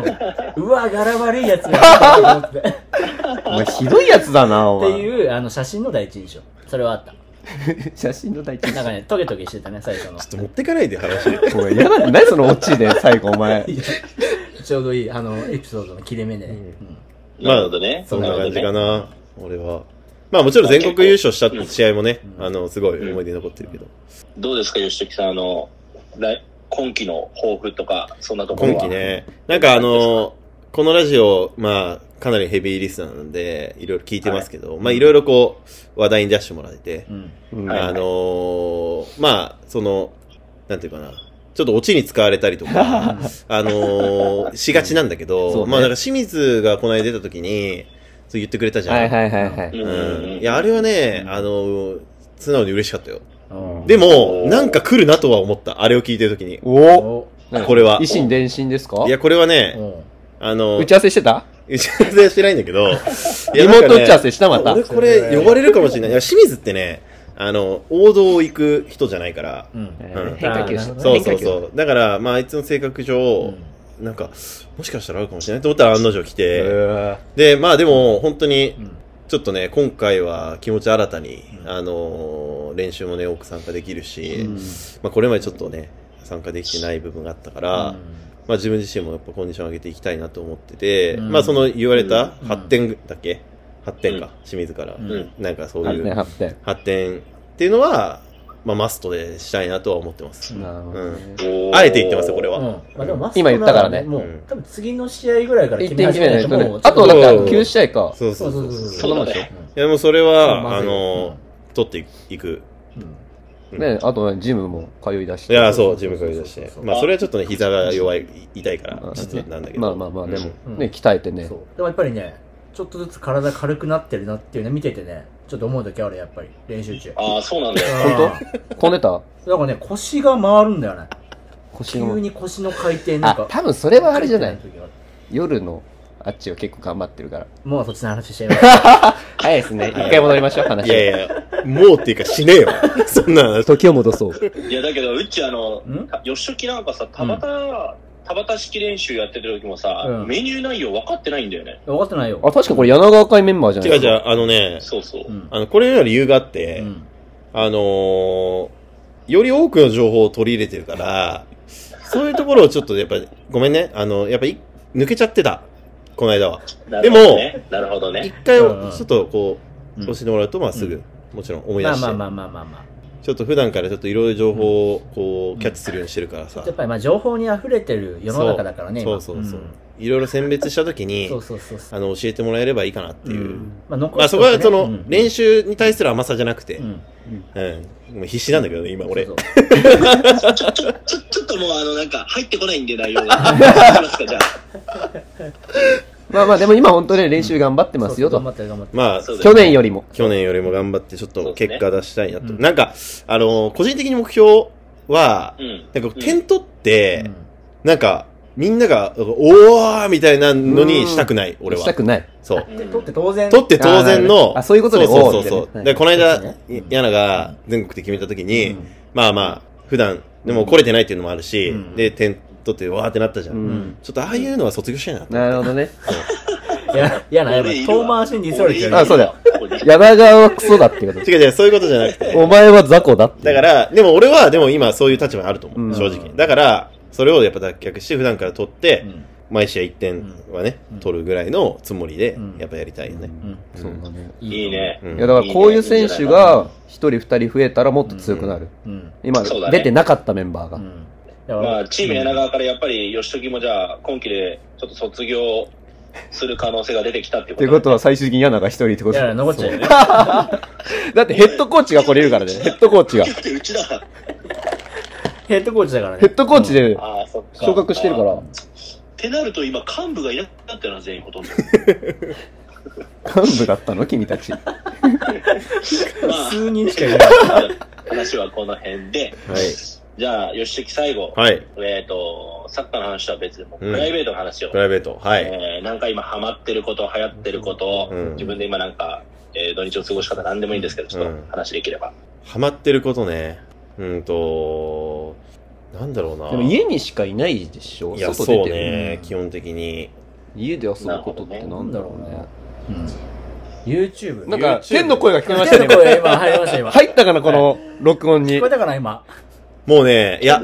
[SPEAKER 1] うんうわ、柄悪いやつやなと思って。
[SPEAKER 4] お前ひどいやつだな、お
[SPEAKER 1] って
[SPEAKER 4] 前。
[SPEAKER 1] いう、あの、写真の第一印象。それはあった。
[SPEAKER 4] 写真の大地。
[SPEAKER 1] なんかね、トゲトゲしてたね、最初の
[SPEAKER 6] ちょ。っと持ってかないで話。
[SPEAKER 4] お前、嫌だ。何そのオチで、最後、お前。
[SPEAKER 1] ちょうどいい、あの、エピソードの切れ目で。うん
[SPEAKER 3] なるほどね。
[SPEAKER 6] そんな感じか
[SPEAKER 3] る
[SPEAKER 6] な、俺は。まあもちろん全国優勝した試合もね、あの、すごい思い出に残ってるけど。
[SPEAKER 3] ほどね。どうですか、吉時さん、あの、来今期の抱負とか、そんなところ
[SPEAKER 6] 今期。
[SPEAKER 3] は。
[SPEAKER 6] ね、なんかあの、このラジオ、まあ、かなりヘビーリスナーなんで、いろいろ聞いてますけど、まあいろいろこう、話題に出してもらえて、
[SPEAKER 1] うん。
[SPEAKER 4] うん
[SPEAKER 3] はい
[SPEAKER 6] あのーまあ、その、なんていうかな、ちょっとオチに使われたり とか、あのーしがちなんだけ
[SPEAKER 4] そう
[SPEAKER 6] ど、
[SPEAKER 4] ね
[SPEAKER 6] まあなんか清水がこの間出た時に、そう言ってくれたじゃん。
[SPEAKER 4] はいはいはいは
[SPEAKER 3] う
[SPEAKER 4] い。
[SPEAKER 3] んう
[SPEAKER 6] うん
[SPEAKER 3] んうん。
[SPEAKER 6] いや、あれはね、あのー素直に嬉しかったよ。
[SPEAKER 1] うん
[SPEAKER 6] でも、なんか来るなとは思った。あれを聞いてるときに。
[SPEAKER 4] お
[SPEAKER 1] お
[SPEAKER 6] これは
[SPEAKER 4] 維。新伝心ですか
[SPEAKER 6] いや、これはね、
[SPEAKER 1] うん
[SPEAKER 6] あの、
[SPEAKER 4] 打ち合わせしてた
[SPEAKER 6] 打ち合わせしてないんだけ ど、
[SPEAKER 4] リモート打ち合わせしたま
[SPEAKER 6] また。
[SPEAKER 4] た
[SPEAKER 6] 俺。これ呼ばれるかもしれない。いや、清水ってね、あの、王道を行く人じゃないから。
[SPEAKER 1] うん。
[SPEAKER 6] うん
[SPEAKER 4] 変化球し
[SPEAKER 1] あー
[SPEAKER 6] そう
[SPEAKER 4] 変
[SPEAKER 6] そ
[SPEAKER 4] 化
[SPEAKER 6] う
[SPEAKER 4] 球。
[SPEAKER 6] そう。だから、まあ、あいつの性格上、なんか、もしかしたらあるかもしれないと思ったら案の定来
[SPEAKER 4] へ
[SPEAKER 6] て、
[SPEAKER 4] ー
[SPEAKER 6] で、まあでも、本当に
[SPEAKER 1] ん、
[SPEAKER 6] ちょっとね、今回は気持ち新たに、
[SPEAKER 1] うん
[SPEAKER 6] あのー練習もね、多く参加できるし、
[SPEAKER 4] うん
[SPEAKER 6] まあ、これまでちょっとね、参加できてない部分があったから、
[SPEAKER 1] うん
[SPEAKER 6] まあ、自分自身もやっぱコンディション上げていきたいなと思ってて、
[SPEAKER 1] うん
[SPEAKER 6] まあ、その言われた
[SPEAKER 1] うん
[SPEAKER 6] 発展だっけ、発展か、清水から、
[SPEAKER 1] うん
[SPEAKER 6] うんなんかそう
[SPEAKER 4] 8
[SPEAKER 6] い
[SPEAKER 4] 点
[SPEAKER 6] う
[SPEAKER 4] 8点。
[SPEAKER 6] 発展っていうのは、まあ、マストでしたいなとは思ってます。
[SPEAKER 4] なるほどね。
[SPEAKER 3] おー
[SPEAKER 6] あえて言ってますよ、これ
[SPEAKER 1] うん
[SPEAKER 6] は。
[SPEAKER 1] まあでもマスト
[SPEAKER 4] 今言ったからね
[SPEAKER 1] も
[SPEAKER 6] うん
[SPEAKER 1] う、多分次の試合ぐらいから
[SPEAKER 4] 1点決めないと
[SPEAKER 1] も
[SPEAKER 4] ね
[SPEAKER 1] う。ちょ
[SPEAKER 4] あ
[SPEAKER 1] っと
[SPEAKER 4] と、だから
[SPEAKER 6] そう
[SPEAKER 4] 9試合か。
[SPEAKER 6] そうそ
[SPEAKER 1] そう
[SPEAKER 6] そ
[SPEAKER 1] うそううそう。
[SPEAKER 3] そうだね
[SPEAKER 6] いや、もうそれは、
[SPEAKER 1] ま
[SPEAKER 6] あ
[SPEAKER 1] ずい
[SPEAKER 6] のー、取っていく。
[SPEAKER 1] うんうん
[SPEAKER 6] うん
[SPEAKER 4] ね、あとね、ジムも通い出し
[SPEAKER 6] い
[SPEAKER 4] て。
[SPEAKER 6] や、そう、ジムから出し
[SPEAKER 1] そう
[SPEAKER 6] て
[SPEAKER 1] そう。そう
[SPEAKER 6] まあ、それはちょっとね、膝が弱い、痛いから
[SPEAKER 4] う、ん
[SPEAKER 6] ちょっとなんだけど。
[SPEAKER 4] まあまあまあ、でも
[SPEAKER 1] うん、
[SPEAKER 4] ね、鍛えてね
[SPEAKER 1] そ。うでもやっぱりねちょっとずつ体軽くなってるなっていうね見ててねちょっと思う時あるやっぱり練習中
[SPEAKER 3] ああ、そうなんだよ。
[SPEAKER 1] 本
[SPEAKER 4] こねた
[SPEAKER 1] 当なんかね腰が回るんだよね
[SPEAKER 4] 腰
[SPEAKER 1] 急
[SPEAKER 4] の。
[SPEAKER 1] に腰の回転なん
[SPEAKER 4] あ
[SPEAKER 1] か、
[SPEAKER 4] 多分それはあれじゃない
[SPEAKER 1] 時がある
[SPEAKER 4] 夜のあっちを結構頑張ってるから。
[SPEAKER 1] もうそっちの話しちゃい ます
[SPEAKER 4] 早いですね。一回戻りましょう、話。
[SPEAKER 6] いやいや、もうっていうか死ね よ。そんな話。
[SPEAKER 4] 時を戻そう。
[SPEAKER 3] いや、だけど、うちあの
[SPEAKER 1] ん、
[SPEAKER 3] 吉時なんかさ、田畑、田畑式練習やってる時もさ、
[SPEAKER 1] うん
[SPEAKER 3] メニュー内容分かってないんだよね。
[SPEAKER 1] 分かってないよ
[SPEAKER 4] あ、確かこれ柳川会メンバーじゃない
[SPEAKER 6] 違う違
[SPEAKER 4] か。
[SPEAKER 6] う、あのね、
[SPEAKER 3] そうそう。
[SPEAKER 1] うん
[SPEAKER 6] あの、これには理由があっ
[SPEAKER 1] う
[SPEAKER 6] て、
[SPEAKER 1] ん
[SPEAKER 6] あのー、より多くの情報を取り入れてるから、そういうところをちょっとやっぱり、ごめんね、あの、やっぱり抜けちゃってた。この間は。
[SPEAKER 3] なるほどね、なるほど
[SPEAKER 6] 一
[SPEAKER 3] ね。
[SPEAKER 6] 回、ち
[SPEAKER 1] うんう
[SPEAKER 6] ょ
[SPEAKER 1] ん
[SPEAKER 6] っとこ
[SPEAKER 1] う
[SPEAKER 6] う、
[SPEAKER 1] ん
[SPEAKER 6] 教えてもらうと、まあすぐ、もちろん思い出
[SPEAKER 1] まあ
[SPEAKER 6] して。
[SPEAKER 1] まあまあまあまあまあ
[SPEAKER 6] ちょっと普段からちょっといろいろ情報をこうキャッチするようにしてるからさ
[SPEAKER 1] やっ。ぱりまあ情報に溢れてる世の中だからね、
[SPEAKER 6] そ
[SPEAKER 1] 今
[SPEAKER 6] うそうそう。いろいろ選別した時
[SPEAKER 1] うん
[SPEAKER 6] に
[SPEAKER 1] そう、そうそうそう。
[SPEAKER 6] あの、教えてもらえればいいかなっていう。
[SPEAKER 1] まあ、残
[SPEAKER 6] まあ
[SPEAKER 1] して
[SPEAKER 6] そ
[SPEAKER 1] お
[SPEAKER 6] こ
[SPEAKER 1] くね
[SPEAKER 6] はその、
[SPEAKER 1] うん
[SPEAKER 6] 練習に対する甘さじゃなくて、
[SPEAKER 1] う
[SPEAKER 6] うん。
[SPEAKER 1] ん、
[SPEAKER 6] もう必死なんだけどね、今俺
[SPEAKER 1] そう。
[SPEAKER 3] ちょ、ちょ、ちょ、ちょっともうあの、なんか入ってこないんで内 容が。行きますか、じゃあ。
[SPEAKER 4] まあまあ、でも今本当ね、練習頑張ってますよ
[SPEAKER 1] そう頑
[SPEAKER 4] と。
[SPEAKER 1] 張ってる頑張ってる。
[SPEAKER 6] まあ、
[SPEAKER 3] そうだ
[SPEAKER 4] 去
[SPEAKER 3] よね
[SPEAKER 4] 年よりも。
[SPEAKER 6] 去年よりも頑張ってちょっ
[SPEAKER 3] そう
[SPEAKER 6] と
[SPEAKER 3] ですね
[SPEAKER 6] 結果出したいなと。
[SPEAKER 1] うん
[SPEAKER 6] なんか、あのー個人的に目標は、
[SPEAKER 3] うん。
[SPEAKER 6] なんか点取って、
[SPEAKER 1] うん
[SPEAKER 6] なんか、みんなが、おーみたいなのにしたくない、俺は。
[SPEAKER 4] したくない。
[SPEAKER 6] そう。
[SPEAKER 1] で取って当然。
[SPEAKER 6] 取って当然
[SPEAKER 4] あーなるほ
[SPEAKER 6] の。
[SPEAKER 4] どあそういうことね
[SPEAKER 6] そうそう
[SPEAKER 4] お
[SPEAKER 6] そ。
[SPEAKER 4] ーみたいうな
[SPEAKER 6] で、この間
[SPEAKER 1] そうですねうん、
[SPEAKER 6] ヤナが全国で決めた時に、
[SPEAKER 1] うん
[SPEAKER 6] まあまあ、普段、でも来れてないっていうのもあるし、
[SPEAKER 1] うん
[SPEAKER 6] で、点取ってわーってなったじゃん。
[SPEAKER 4] うん
[SPEAKER 6] ちょっとああいうのは卒業したいなと。
[SPEAKER 4] なるほどね。
[SPEAKER 1] いや、いやな、やっぱ
[SPEAKER 3] 俺いるわ
[SPEAKER 1] 遠回しにディスられてる。
[SPEAKER 4] あ、そうだよ。柳川はクソだっていうこと。
[SPEAKER 6] 違う違う、そういうことじゃなく て。
[SPEAKER 4] お前は雑魚だって。
[SPEAKER 6] だか、ら、でも俺は、でも今そういう立場にあると思う、
[SPEAKER 4] うん
[SPEAKER 6] 正直。だから、それをやっぱ脱却して、普段から取って、
[SPEAKER 1] うん
[SPEAKER 6] 毎試合1点はね、
[SPEAKER 1] うん
[SPEAKER 6] 取るぐらいのつもりで
[SPEAKER 1] うん、
[SPEAKER 6] やっぱやりたいよね。
[SPEAKER 1] うん
[SPEAKER 4] そうだね。
[SPEAKER 3] いいね。
[SPEAKER 6] うん
[SPEAKER 4] いや、だからこういう選手が、一人二人増えたらもっと強くなる。
[SPEAKER 1] うん。
[SPEAKER 4] 今、
[SPEAKER 3] そうだね
[SPEAKER 4] 出てなかったメンバー
[SPEAKER 1] う
[SPEAKER 4] が。
[SPEAKER 1] ん。だから
[SPEAKER 3] まあ、チーム柳川からやっぱり、吉時もじゃあ、今期でちょっと卒業する可能性が出てきたっていう
[SPEAKER 4] っ
[SPEAKER 3] こと
[SPEAKER 4] てことは最終的に柳が一人ってこ
[SPEAKER 1] い
[SPEAKER 4] と
[SPEAKER 1] や、
[SPEAKER 4] だ
[SPEAKER 1] 残っちゃうよ ね。
[SPEAKER 4] ってヘッドコーチがこれいるからね。ヘッドコーチが。
[SPEAKER 3] だってうちだ。
[SPEAKER 1] ヘッドコーチだからね。
[SPEAKER 4] ヘッドコーチで
[SPEAKER 3] ああ、そっか。
[SPEAKER 4] 昇格してるから
[SPEAKER 3] っ。てなると今、幹部がいなくなったな、全員ほとんど。
[SPEAKER 4] 幹部だったの君たち。
[SPEAKER 3] まあ、
[SPEAKER 1] 数人しかいない。
[SPEAKER 3] 話はこの辺で。
[SPEAKER 6] はい
[SPEAKER 3] じゃあ、吉時最後。
[SPEAKER 6] はい。
[SPEAKER 3] えっ、と、サッカーの話とは別でも、
[SPEAKER 6] うん
[SPEAKER 3] プライベートの話を。
[SPEAKER 6] プライベート。はい。
[SPEAKER 3] えーなんか今ハマってること、流行ってること、
[SPEAKER 6] うん
[SPEAKER 3] 自分で今なんか、えー土日の過ごし方何でもいいんですけど、ちょっ
[SPEAKER 6] うん
[SPEAKER 3] と話できれば。
[SPEAKER 6] ハマってることね。うんと、なんだろうな。
[SPEAKER 4] でも家にしかいないでしょ
[SPEAKER 6] いや、
[SPEAKER 4] 外
[SPEAKER 6] そう
[SPEAKER 4] 出てる。
[SPEAKER 6] ね。基本的に。
[SPEAKER 4] 家で遊ぶことってなんだろうね。
[SPEAKER 1] うん。YouTube。
[SPEAKER 4] なんか、天の声が聞こえました
[SPEAKER 1] 手の
[SPEAKER 4] ね。
[SPEAKER 1] 声今入りました、今。
[SPEAKER 4] 入ったかな、この録音に
[SPEAKER 1] 聞こえ。たかな、今。
[SPEAKER 6] もうね、いや、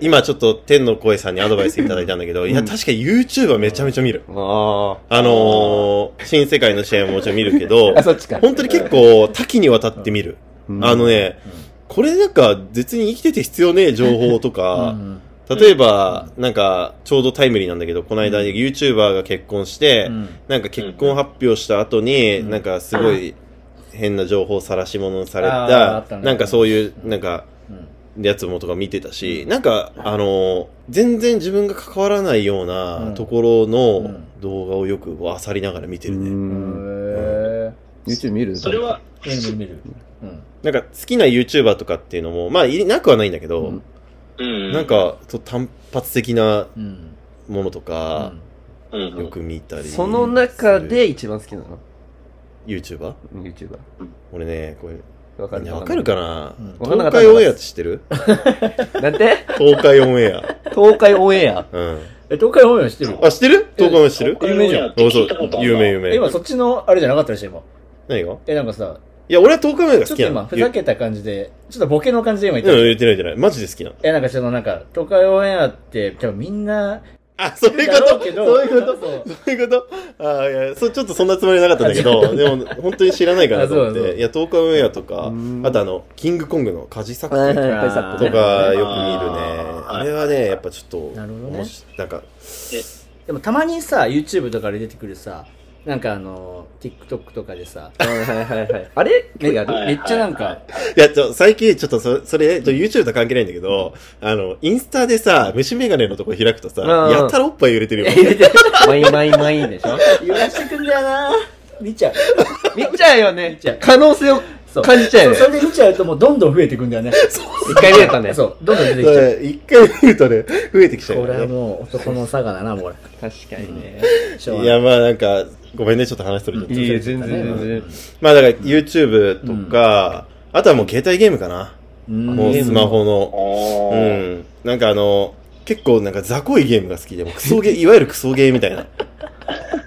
[SPEAKER 6] 今ちょっと天の声さんにアドバイスいただいたんだけど、いや、
[SPEAKER 4] うん
[SPEAKER 6] 確かに YouTube はめちゃめちゃ見る。
[SPEAKER 4] あ
[SPEAKER 6] あのー、新世界の試合ももちろん見るけど
[SPEAKER 4] あ。あ、、そっちか。
[SPEAKER 6] 本当に結構多岐にわたって見る。
[SPEAKER 4] うん
[SPEAKER 6] あの、ね、これなんか別に生きてて必要ねえ情報と
[SPEAKER 1] う
[SPEAKER 6] か、
[SPEAKER 1] ん
[SPEAKER 6] 例えば、なんかちょうどタイムリーなんだけど、この間 YouTuber が結婚して、
[SPEAKER 1] うん
[SPEAKER 6] なんか結婚発表した後に、
[SPEAKER 1] うん
[SPEAKER 6] なんかすごい変な情報晒し物され
[SPEAKER 1] あーあった
[SPEAKER 6] た、
[SPEAKER 1] ね
[SPEAKER 6] なんかそういう、なんか、
[SPEAKER 1] うん
[SPEAKER 6] やつもとか見てたし、なんか、あの、全然自分が関わらないよう
[SPEAKER 1] う
[SPEAKER 6] なんところ
[SPEAKER 1] う
[SPEAKER 6] の
[SPEAKER 1] ん
[SPEAKER 6] 動画をよく漁りながら見て
[SPEAKER 4] う
[SPEAKER 6] るね。
[SPEAKER 4] ん。
[SPEAKER 1] へ
[SPEAKER 4] YouTube 見る
[SPEAKER 3] それは、
[SPEAKER 1] ー見る見る見る。
[SPEAKER 6] なんか好きな YouTuber とかっていうのも、まあ、いなくはないんだけ
[SPEAKER 4] う
[SPEAKER 6] ど
[SPEAKER 4] ん、
[SPEAKER 3] うん
[SPEAKER 6] なん、か、そう単発的な
[SPEAKER 1] うん。うん。
[SPEAKER 6] ものとか、
[SPEAKER 3] うんうん
[SPEAKER 6] よく見たり。
[SPEAKER 4] その中で、一番好きなの
[SPEAKER 6] YouTuber?
[SPEAKER 4] ?YouTuber。
[SPEAKER 6] 俺ね、これ、
[SPEAKER 4] わか
[SPEAKER 6] みん
[SPEAKER 4] る
[SPEAKER 6] なわかるかな
[SPEAKER 1] うん
[SPEAKER 4] わかん
[SPEAKER 6] 東
[SPEAKER 4] なかった
[SPEAKER 6] 海オンエアって知ってる
[SPEAKER 4] なんて
[SPEAKER 6] 東海オンエア。
[SPEAKER 4] 東海オンエア。
[SPEAKER 6] うん。
[SPEAKER 1] え、東海オンエアしてる
[SPEAKER 6] あ、知ってる東海オンエア知ってる
[SPEAKER 3] 有名じゃん
[SPEAKER 6] そうそ
[SPEAKER 3] 聞いたことあ
[SPEAKER 6] う。
[SPEAKER 3] る
[SPEAKER 6] 有名有名。
[SPEAKER 1] 今そっちのあれじゃなかったでしょ、今。
[SPEAKER 6] 何が
[SPEAKER 1] え、なんかさ、
[SPEAKER 6] いや、俺は東海オンエアが
[SPEAKER 1] ち
[SPEAKER 6] 好
[SPEAKER 1] ょっと
[SPEAKER 6] きな
[SPEAKER 1] 今、
[SPEAKER 6] の。
[SPEAKER 1] ふざけた感じで、ちょっとボケの感じで今言った
[SPEAKER 6] うん、
[SPEAKER 1] でしょ
[SPEAKER 6] 言ってない言ってない。マジで好きなの。
[SPEAKER 1] え、なんかそのなんか、東海オンエアって、多分みんな、
[SPEAKER 6] あ、そういうことそういうこと
[SPEAKER 1] と
[SPEAKER 6] そういうことあーいや、そう、ちょっとそんなつもりなかったんだけど、でも、本当に知らないかなと思っ
[SPEAKER 1] あそうそう
[SPEAKER 6] て。いや、東海オンエアとか
[SPEAKER 4] う、ん
[SPEAKER 6] あとあの、キングコングのカジサック
[SPEAKER 4] はい
[SPEAKER 6] と
[SPEAKER 4] は
[SPEAKER 6] か
[SPEAKER 4] い
[SPEAKER 6] よ
[SPEAKER 4] はいサッ
[SPEAKER 6] く見るね。
[SPEAKER 1] はい
[SPEAKER 3] あー
[SPEAKER 6] あれはね、やっぱちょっと、
[SPEAKER 1] なるほどね
[SPEAKER 6] 面白いなんか、
[SPEAKER 1] でもたまにさ、YouTube とかで出てくるさ、なんかあの、TikTok とかでさ、
[SPEAKER 4] はいはいはいはい。あれ
[SPEAKER 1] め
[SPEAKER 4] やる
[SPEAKER 3] はい
[SPEAKER 1] めっちゃなんか、
[SPEAKER 6] いや、ちょ、最近、ちょっとそ、それ、ちょ、YouTube とは関係ないんだけど、あの、インスタでさ、虫眼鏡のとこ開くとさ、
[SPEAKER 4] うん
[SPEAKER 6] やたらおっぱい揺れてるよ。
[SPEAKER 4] マイマイマイでしょ
[SPEAKER 1] 揺らしてくんだよな見ちゃう。
[SPEAKER 4] 見ちゃうよね
[SPEAKER 1] ちゃう。
[SPEAKER 4] 可能性を
[SPEAKER 1] そう
[SPEAKER 4] 感じちゃうよね
[SPEAKER 1] そ。れで見ちゃうともうどんどん増えてくんだよね。
[SPEAKER 4] 一回見れたね。
[SPEAKER 1] そう、どんどん出てきちゃう。
[SPEAKER 6] 一回見るとね、増えてきちゃう
[SPEAKER 1] こ
[SPEAKER 6] よ
[SPEAKER 1] れは
[SPEAKER 6] ね。
[SPEAKER 1] もう男の差がだな、もうこ
[SPEAKER 4] 確かにね。
[SPEAKER 1] れ。しょうが
[SPEAKER 6] い
[SPEAKER 1] ない
[SPEAKER 6] や、まあなんか、ごめんね、ちょっと話それちゃった
[SPEAKER 4] いいえ、全然全然。
[SPEAKER 6] まあだから YouTube とか、あとはもう携帯ゲームかな。
[SPEAKER 1] うん
[SPEAKER 6] もうスマホ
[SPEAKER 3] あ
[SPEAKER 6] の。う
[SPEAKER 3] ー
[SPEAKER 6] ん。なんかあの、結構なんか雑魚いゲームが好きで、もうクソゲ ー、いわゆるクソゲーみたいな。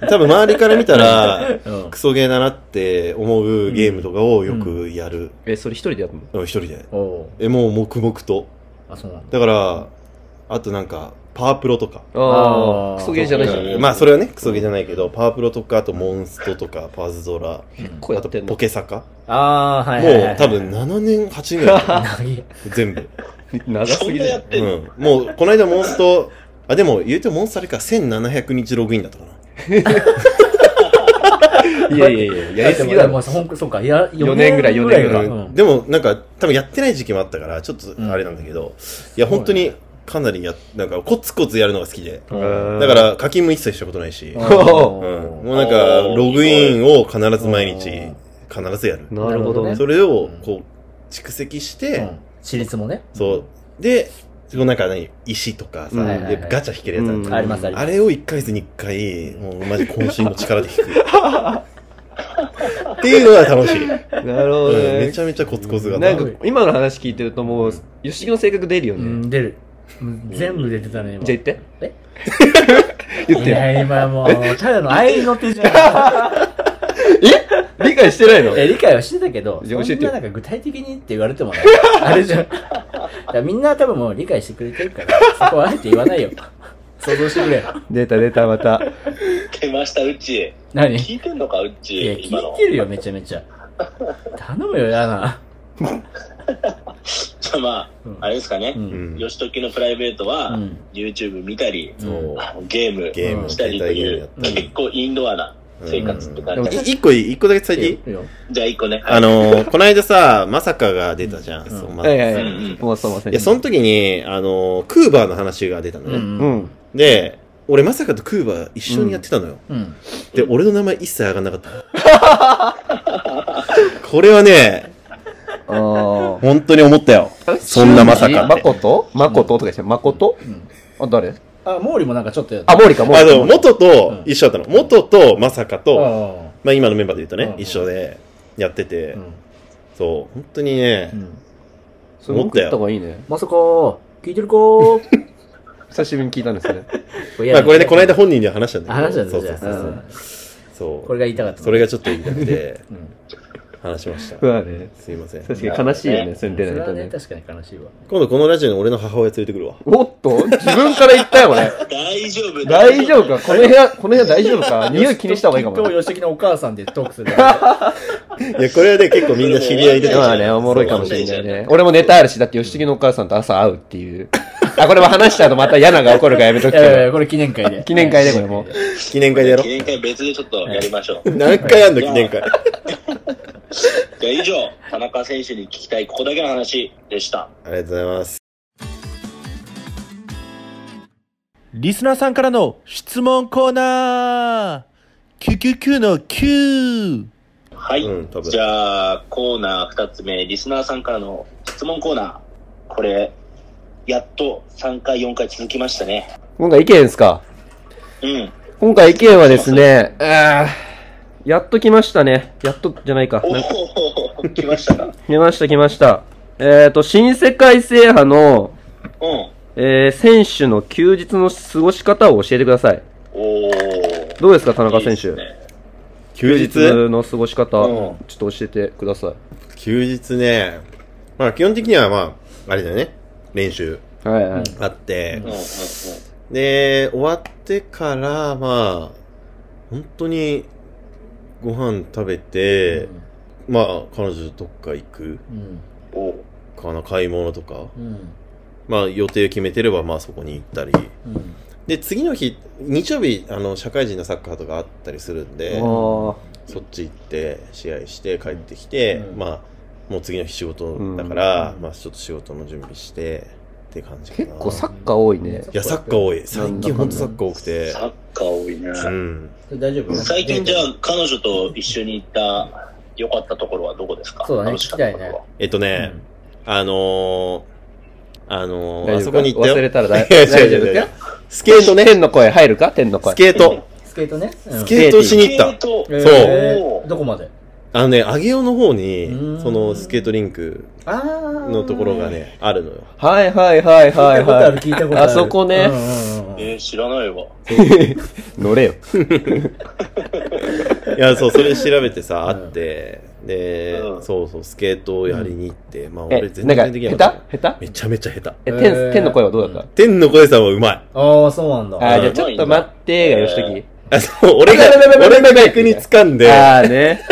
[SPEAKER 6] 多分周りから見たら、
[SPEAKER 1] うん
[SPEAKER 6] クソゲーだなって思うゲームとかをよくやる。
[SPEAKER 4] え、それ一人でやるの
[SPEAKER 6] うん一人で。
[SPEAKER 1] おう
[SPEAKER 6] え、もう黙々と。
[SPEAKER 1] あ、そうなんだ。
[SPEAKER 6] だから、あとなんか、パワープロとか。
[SPEAKER 4] あ
[SPEAKER 1] あー
[SPEAKER 4] あ、クソゲーじゃないじゃん。
[SPEAKER 3] うん
[SPEAKER 6] まあ、それはね、クソゲーじゃないけど、パワープロとか、あとモンストとか、パズドラ、
[SPEAKER 4] こうや
[SPEAKER 6] あ
[SPEAKER 4] っ
[SPEAKER 6] と
[SPEAKER 4] てん
[SPEAKER 6] ポ
[SPEAKER 4] の。
[SPEAKER 6] ケサカ。
[SPEAKER 1] あー、はいはいはい、
[SPEAKER 6] もう多分7年、8年、全部。
[SPEAKER 4] 長す
[SPEAKER 3] そん
[SPEAKER 4] ぎ
[SPEAKER 3] な
[SPEAKER 4] だ
[SPEAKER 3] や
[SPEAKER 4] よ
[SPEAKER 3] っ。て
[SPEAKER 6] うん
[SPEAKER 3] の、
[SPEAKER 6] ん。もう、この間モンスト、あ、でも言うてモンストあれか、1700日ログインだったかな。
[SPEAKER 4] いやいやいや、やりすぎだろ。
[SPEAKER 1] そうかそうか、いや
[SPEAKER 4] 四年ぐらい四年ぐらい
[SPEAKER 1] うん
[SPEAKER 6] でもなんか多分やってない時期もあったからちょっとあれなんだけど、いや本当にかなりやなんかコツコツやるのが好きで
[SPEAKER 4] だ
[SPEAKER 6] だか、ら課金も一切したことないし、
[SPEAKER 4] ん
[SPEAKER 6] うん、
[SPEAKER 1] うん
[SPEAKER 6] もうなんか
[SPEAKER 3] おー
[SPEAKER 6] ログインを必ず毎日
[SPEAKER 1] うん
[SPEAKER 6] 必ずやる
[SPEAKER 4] なるほどね。
[SPEAKER 6] それを
[SPEAKER 1] うん
[SPEAKER 6] こう蓄積し
[SPEAKER 1] う
[SPEAKER 6] て、
[SPEAKER 1] ん私立もね。
[SPEAKER 6] そうでそのなんか何石とかさ、
[SPEAKER 4] うん
[SPEAKER 6] でガチャ引けるやつあるじゃん
[SPEAKER 4] うん
[SPEAKER 1] ありますありま
[SPEAKER 6] あ
[SPEAKER 1] す。
[SPEAKER 6] れを1ヶ月に1回、もうマジ渾身の力で引く。 っていうのが楽しい。うん
[SPEAKER 4] なるほど
[SPEAKER 6] め
[SPEAKER 4] ね
[SPEAKER 6] ち。ゃめちゃコツコツが。
[SPEAKER 4] なんか、今の話聞いてるともう、吉木の性格出るよ
[SPEAKER 1] う
[SPEAKER 4] ね。
[SPEAKER 1] ん、出る。うん全部出てたね、今。
[SPEAKER 4] じゃあ言って。
[SPEAKER 1] え
[SPEAKER 4] 言って
[SPEAKER 1] い
[SPEAKER 4] よ。
[SPEAKER 1] や、今もう、ただの愛の手じゃん。
[SPEAKER 4] 理解してないの
[SPEAKER 1] え理解はしてたけど、
[SPEAKER 4] じ
[SPEAKER 1] そ
[SPEAKER 4] ゃあ教え
[SPEAKER 1] ん
[SPEAKER 4] てよ
[SPEAKER 1] ななんか具体的にって言われてもね、あれじゃん。だ からみんな多分もう理解してくれてるから、そこはあえて言わないよ。想像してくれよ。
[SPEAKER 4] 出た出た、また。
[SPEAKER 3] 出ました、うち。
[SPEAKER 1] 何
[SPEAKER 3] 聞いてんのか、うち。
[SPEAKER 1] いや、
[SPEAKER 3] 今
[SPEAKER 1] 聞
[SPEAKER 3] の
[SPEAKER 1] い。てるよ、めちゃめちゃ。頼むよ、やな。
[SPEAKER 3] じゃあまあ、
[SPEAKER 1] うん
[SPEAKER 3] あれですかね
[SPEAKER 1] う。。
[SPEAKER 6] うんん
[SPEAKER 3] 吉時のプライベートは、
[SPEAKER 1] うん
[SPEAKER 3] YouTube 見たり、
[SPEAKER 6] そう。
[SPEAKER 3] ゲーム
[SPEAKER 6] ゲ
[SPEAKER 1] ーム
[SPEAKER 3] したりとい
[SPEAKER 6] 携
[SPEAKER 3] う、
[SPEAKER 1] 帯ゲームやったり
[SPEAKER 3] 結構インドアな生活って感じ
[SPEAKER 6] い
[SPEAKER 3] だね。
[SPEAKER 6] 一個いい一個だけ伝えていい
[SPEAKER 1] いいよ。
[SPEAKER 3] じゃあ一個ね。
[SPEAKER 6] あのー、この間さ、まさかが出たじゃん。
[SPEAKER 1] うん
[SPEAKER 6] そうま
[SPEAKER 4] はいはいは
[SPEAKER 3] うんう
[SPEAKER 4] い
[SPEAKER 3] ん。
[SPEAKER 4] もうそうも
[SPEAKER 6] いや、その時に、あのー、クーバーの話が出たの
[SPEAKER 1] う
[SPEAKER 6] ね。
[SPEAKER 4] う
[SPEAKER 1] ん。うん。
[SPEAKER 4] ん。
[SPEAKER 6] で、俺まさかとクーバー一緒にやってたのよ。
[SPEAKER 1] うん。
[SPEAKER 6] で、俺の名前一切上がんなかった。これはね、
[SPEAKER 4] あ
[SPEAKER 6] 本当に思ったよ。
[SPEAKER 4] あ。
[SPEAKER 6] そんなまさかって
[SPEAKER 4] まことまこととか言って、まことあ、誰
[SPEAKER 1] あ、毛利もなんかちょっとやった。
[SPEAKER 4] あ、毛利か、毛
[SPEAKER 6] あ
[SPEAKER 4] 利
[SPEAKER 6] で
[SPEAKER 4] か。
[SPEAKER 6] も元と一緒だったの。元とまさかと、
[SPEAKER 1] あ
[SPEAKER 6] まあ今のメンバーで言うとね、
[SPEAKER 1] うん
[SPEAKER 6] 一緒でやってて、
[SPEAKER 1] うん。
[SPEAKER 6] そう、本当にね
[SPEAKER 1] う、ん。
[SPEAKER 4] それ文句言った方がいいね。
[SPEAKER 1] まさか、聞いてるかー。
[SPEAKER 4] 久しぶりに聞いたんですね。
[SPEAKER 6] まあこれね、この間本人には話したんだけ
[SPEAKER 1] あ
[SPEAKER 6] ど。
[SPEAKER 1] 話なん
[SPEAKER 6] そ
[SPEAKER 1] だ
[SPEAKER 6] うそ
[SPEAKER 1] じゃ
[SPEAKER 6] う
[SPEAKER 1] あ
[SPEAKER 6] そうそう。
[SPEAKER 1] これが言いたかったの。
[SPEAKER 6] それがちょっと言いたくて、
[SPEAKER 1] うん。
[SPEAKER 6] 話しました。
[SPEAKER 4] まあね。
[SPEAKER 6] すいません。
[SPEAKER 4] 確かに悲しいよね、それに
[SPEAKER 1] そ
[SPEAKER 4] 出
[SPEAKER 1] れ
[SPEAKER 4] ない
[SPEAKER 1] は
[SPEAKER 4] と
[SPEAKER 1] ね、
[SPEAKER 4] ね。
[SPEAKER 1] 確かに悲しいわ。
[SPEAKER 6] 今度このラジオに俺の母親連れてくるわ。
[SPEAKER 4] おっと自分から言ったよ、俺。
[SPEAKER 3] 大丈夫だ
[SPEAKER 4] 大丈夫かこの部屋、この部屋大丈夫か匂い気にした方がいいかも
[SPEAKER 1] きっ
[SPEAKER 4] な。
[SPEAKER 1] と、吉木のお母さんでトークするから。
[SPEAKER 6] いや、これはね、結構みんな知り合いで。
[SPEAKER 4] まあね、おもろいかもしれないね。俺もネタあるし、だって吉木のお母さんと朝会うっていう。あ、これも話した後また嫌なが起こるからやめとく け
[SPEAKER 1] いやいや いや、
[SPEAKER 4] ど。
[SPEAKER 1] これ記念会で。
[SPEAKER 4] 記念会でこれも
[SPEAKER 6] 記念会 でやろ
[SPEAKER 3] 記。念会別でちょっとやりましょう。
[SPEAKER 6] 何回やんの、記念会。
[SPEAKER 3] じゃあ以上、田中選手に聞きたい、ここだけの話でした。
[SPEAKER 6] ありがとうございます。
[SPEAKER 7] リスナーさんからの質問コーナー !999 の 9!
[SPEAKER 3] はい。
[SPEAKER 6] うん多分
[SPEAKER 3] じゃあ、コーナー2つ目、リスナーさんからの質問コーナー。これ、やっと3回、4回続きましたね。
[SPEAKER 4] 今回意見ですか
[SPEAKER 3] うん。
[SPEAKER 4] 今回意見はですね、あーやっと来ましたね。やっとじゃないか。
[SPEAKER 3] おお、来ましたか。
[SPEAKER 4] 来ました来ました。えっ、と、新世界制覇の、
[SPEAKER 3] うん。
[SPEAKER 4] えー、選手の休日の過ごし方を教えてください。
[SPEAKER 3] おお。
[SPEAKER 4] どうですか、田中選手。
[SPEAKER 3] いいっすね
[SPEAKER 6] 休日
[SPEAKER 4] 休日の過ごし方、
[SPEAKER 6] うん
[SPEAKER 4] ちょっと教えてくださ
[SPEAKER 6] 休日ね。まあ、基本的にはまあ、あれだよね。練習
[SPEAKER 4] い。はいはい。
[SPEAKER 6] あって
[SPEAKER 3] うん。うんうん
[SPEAKER 6] で、終わってから、まあ、本当に、ご飯食べて、まあ、彼女どっか行く
[SPEAKER 1] うん。
[SPEAKER 3] おー
[SPEAKER 6] かな、買い物とか。
[SPEAKER 1] うん。
[SPEAKER 6] まあ、予定決めてれば、まあ、そこに行ったり。
[SPEAKER 1] うん。
[SPEAKER 6] で、次の日、日曜日、あの、社会人のサッカーとかあったりするんで、
[SPEAKER 4] あ
[SPEAKER 6] そっち行って、試合して、帰ってきて、
[SPEAKER 1] うん
[SPEAKER 6] まあ、もう次の日仕事だから、まあ、ちょっと仕事の準備して、って感じ
[SPEAKER 4] あ、
[SPEAKER 6] かな。
[SPEAKER 4] 結構サッカー多いね。
[SPEAKER 6] いや、サッカー多い。最近ほんとサ
[SPEAKER 1] なんだか
[SPEAKER 6] ッカー多
[SPEAKER 1] んだ
[SPEAKER 6] くて
[SPEAKER 3] サ。ッカー多いね。
[SPEAKER 6] うん。
[SPEAKER 1] 大丈夫
[SPEAKER 3] 最近じゃあ、彼女と一緒に行った、良かったところはどこですか
[SPEAKER 1] そうだね
[SPEAKER 3] 楽しかったところは
[SPEAKER 6] えっとね、
[SPEAKER 1] うん
[SPEAKER 6] あのー、あのー、
[SPEAKER 4] 大
[SPEAKER 6] あ
[SPEAKER 4] 丈
[SPEAKER 6] そ
[SPEAKER 4] 夫か
[SPEAKER 6] こに行ったよ。
[SPEAKER 4] 忘れたら大
[SPEAKER 6] いや違う
[SPEAKER 4] 大丈
[SPEAKER 6] 違う違う
[SPEAKER 4] 夫
[SPEAKER 6] スケートね。
[SPEAKER 4] 天の声入るか天の声
[SPEAKER 6] ス。ケート。
[SPEAKER 1] スケートね。ス
[SPEAKER 6] スケートしに行った。
[SPEAKER 3] ト
[SPEAKER 6] そう
[SPEAKER 1] どこまで
[SPEAKER 6] あのね、上尾の方に
[SPEAKER 1] う、ん
[SPEAKER 6] そのスケートリンク
[SPEAKER 1] あー
[SPEAKER 6] のところが。ね、あるのよ。
[SPEAKER 4] はいはいはい
[SPEAKER 1] 聞
[SPEAKER 4] はい
[SPEAKER 1] たことある、
[SPEAKER 4] い。
[SPEAKER 1] 聞いたことある。
[SPEAKER 4] あそこね
[SPEAKER 1] うんうんうん
[SPEAKER 3] えー、知らないわ。
[SPEAKER 4] 乗れよ。
[SPEAKER 6] いや、そう、それ調べてさ、あって、で、
[SPEAKER 3] うん
[SPEAKER 6] そうそう、スケートをやりに行って、まあ
[SPEAKER 4] え
[SPEAKER 6] 俺、全
[SPEAKER 4] なんか、
[SPEAKER 6] 然できなかった
[SPEAKER 4] 下。手下手
[SPEAKER 6] めちゃめちゃ下手。
[SPEAKER 4] え、
[SPEAKER 1] えー
[SPEAKER 4] 天、天の声はどうだっ
[SPEAKER 6] 天の声さんはうまい。
[SPEAKER 1] ああ、そうなんだ。
[SPEAKER 4] たあー、
[SPEAKER 6] うん
[SPEAKER 4] じゃあちょっと待ってが、よしとき。
[SPEAKER 6] あそう俺が
[SPEAKER 4] あやばいやばいや、ばい
[SPEAKER 6] 俺が
[SPEAKER 4] やばい
[SPEAKER 6] 逆に掴んで、
[SPEAKER 4] あーね。